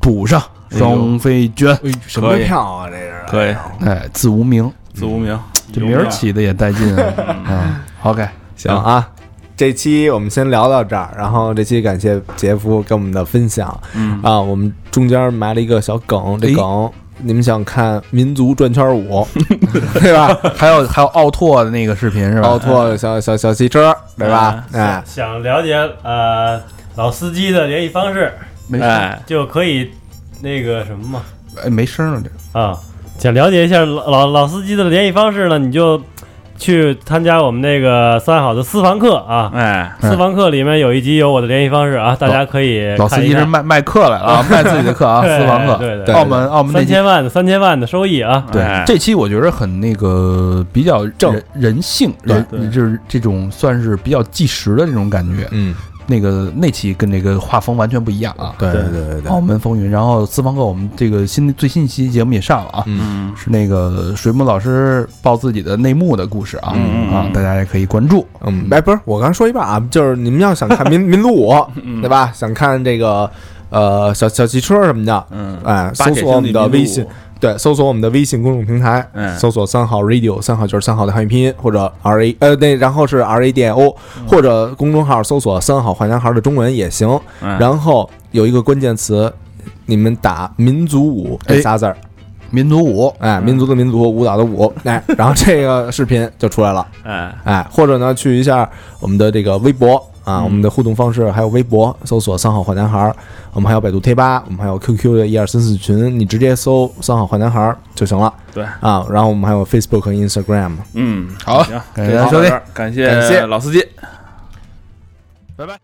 补上哎呦双飞娟，什么票啊？这是可以，嗯哎，字无名，字无名，这名儿起的也带劲啊， 啊，好改，行啊。这期我们先聊到这儿，然后这期感谢杰夫跟我们的分享，嗯啊，我们中间埋了一个小梗，这哎梗你们想看民族转圈 舞，对吧？还有还有奥拓的那个视频是吧？奥拓小小小汽车，对吧？哎，想了解呃老司机的联系方式，没事儿，哎，就可以那个什么嘛哎，没声儿了，这个啊，想了解一下老老老司机的联系方式呢，你就去参加我们那个三好的私房课啊。哎，嗯私房课里面有一集有我的联系方式啊，大家可以老看司一机是看卖卖课来了 啊，卖自己的课啊，对私房课，对对对澳门澳门那嗯三期千万的三千万的收益啊。对哎，这期我觉得很那个比较正人人性，对人就是这种算是比较纪实的这种感觉。嗯，那个那期跟这个画风完全不一样啊。对对对对，澳门风云，然后私房课我们这个新最新一期节目也上了啊，嗯，是那个水母老师爆自己的内幕的故事啊嗯嗯嗯啊，大家也可以关注。嗯，哎，不是，我刚说一半啊，就是你们要想看民民族舞，对吧？想看这个呃小小汽车什么的，嗯哎，八搜铁索我兄们弟的迷路微信，对，搜索我们的微信公众平台，嗯搜索三号 radio，三号就是三号的汉语拼音，或者 R A 呃那然后是 R A D I O，或者公众号搜索三好坏男孩的中文也行。嗯然后有一个关键词，你们打民族舞这仨字儿，民族舞，哎，民族的民族，舞蹈的舞，哎，然后这个视频就出来了。哎，哎，或者呢去一下我们的这个微博啊，我们的互动方式还有微博，搜索“三好坏男孩儿”，我们还有百度贴吧，我们还有 QQ 的一二三四群，你直接搜“三好坏男孩儿”就行了。对啊，然后我们还有 Facebook 和 Instagram。嗯，好行，感谢这期大家收到听这。儿感感谢谢老司机。拜拜。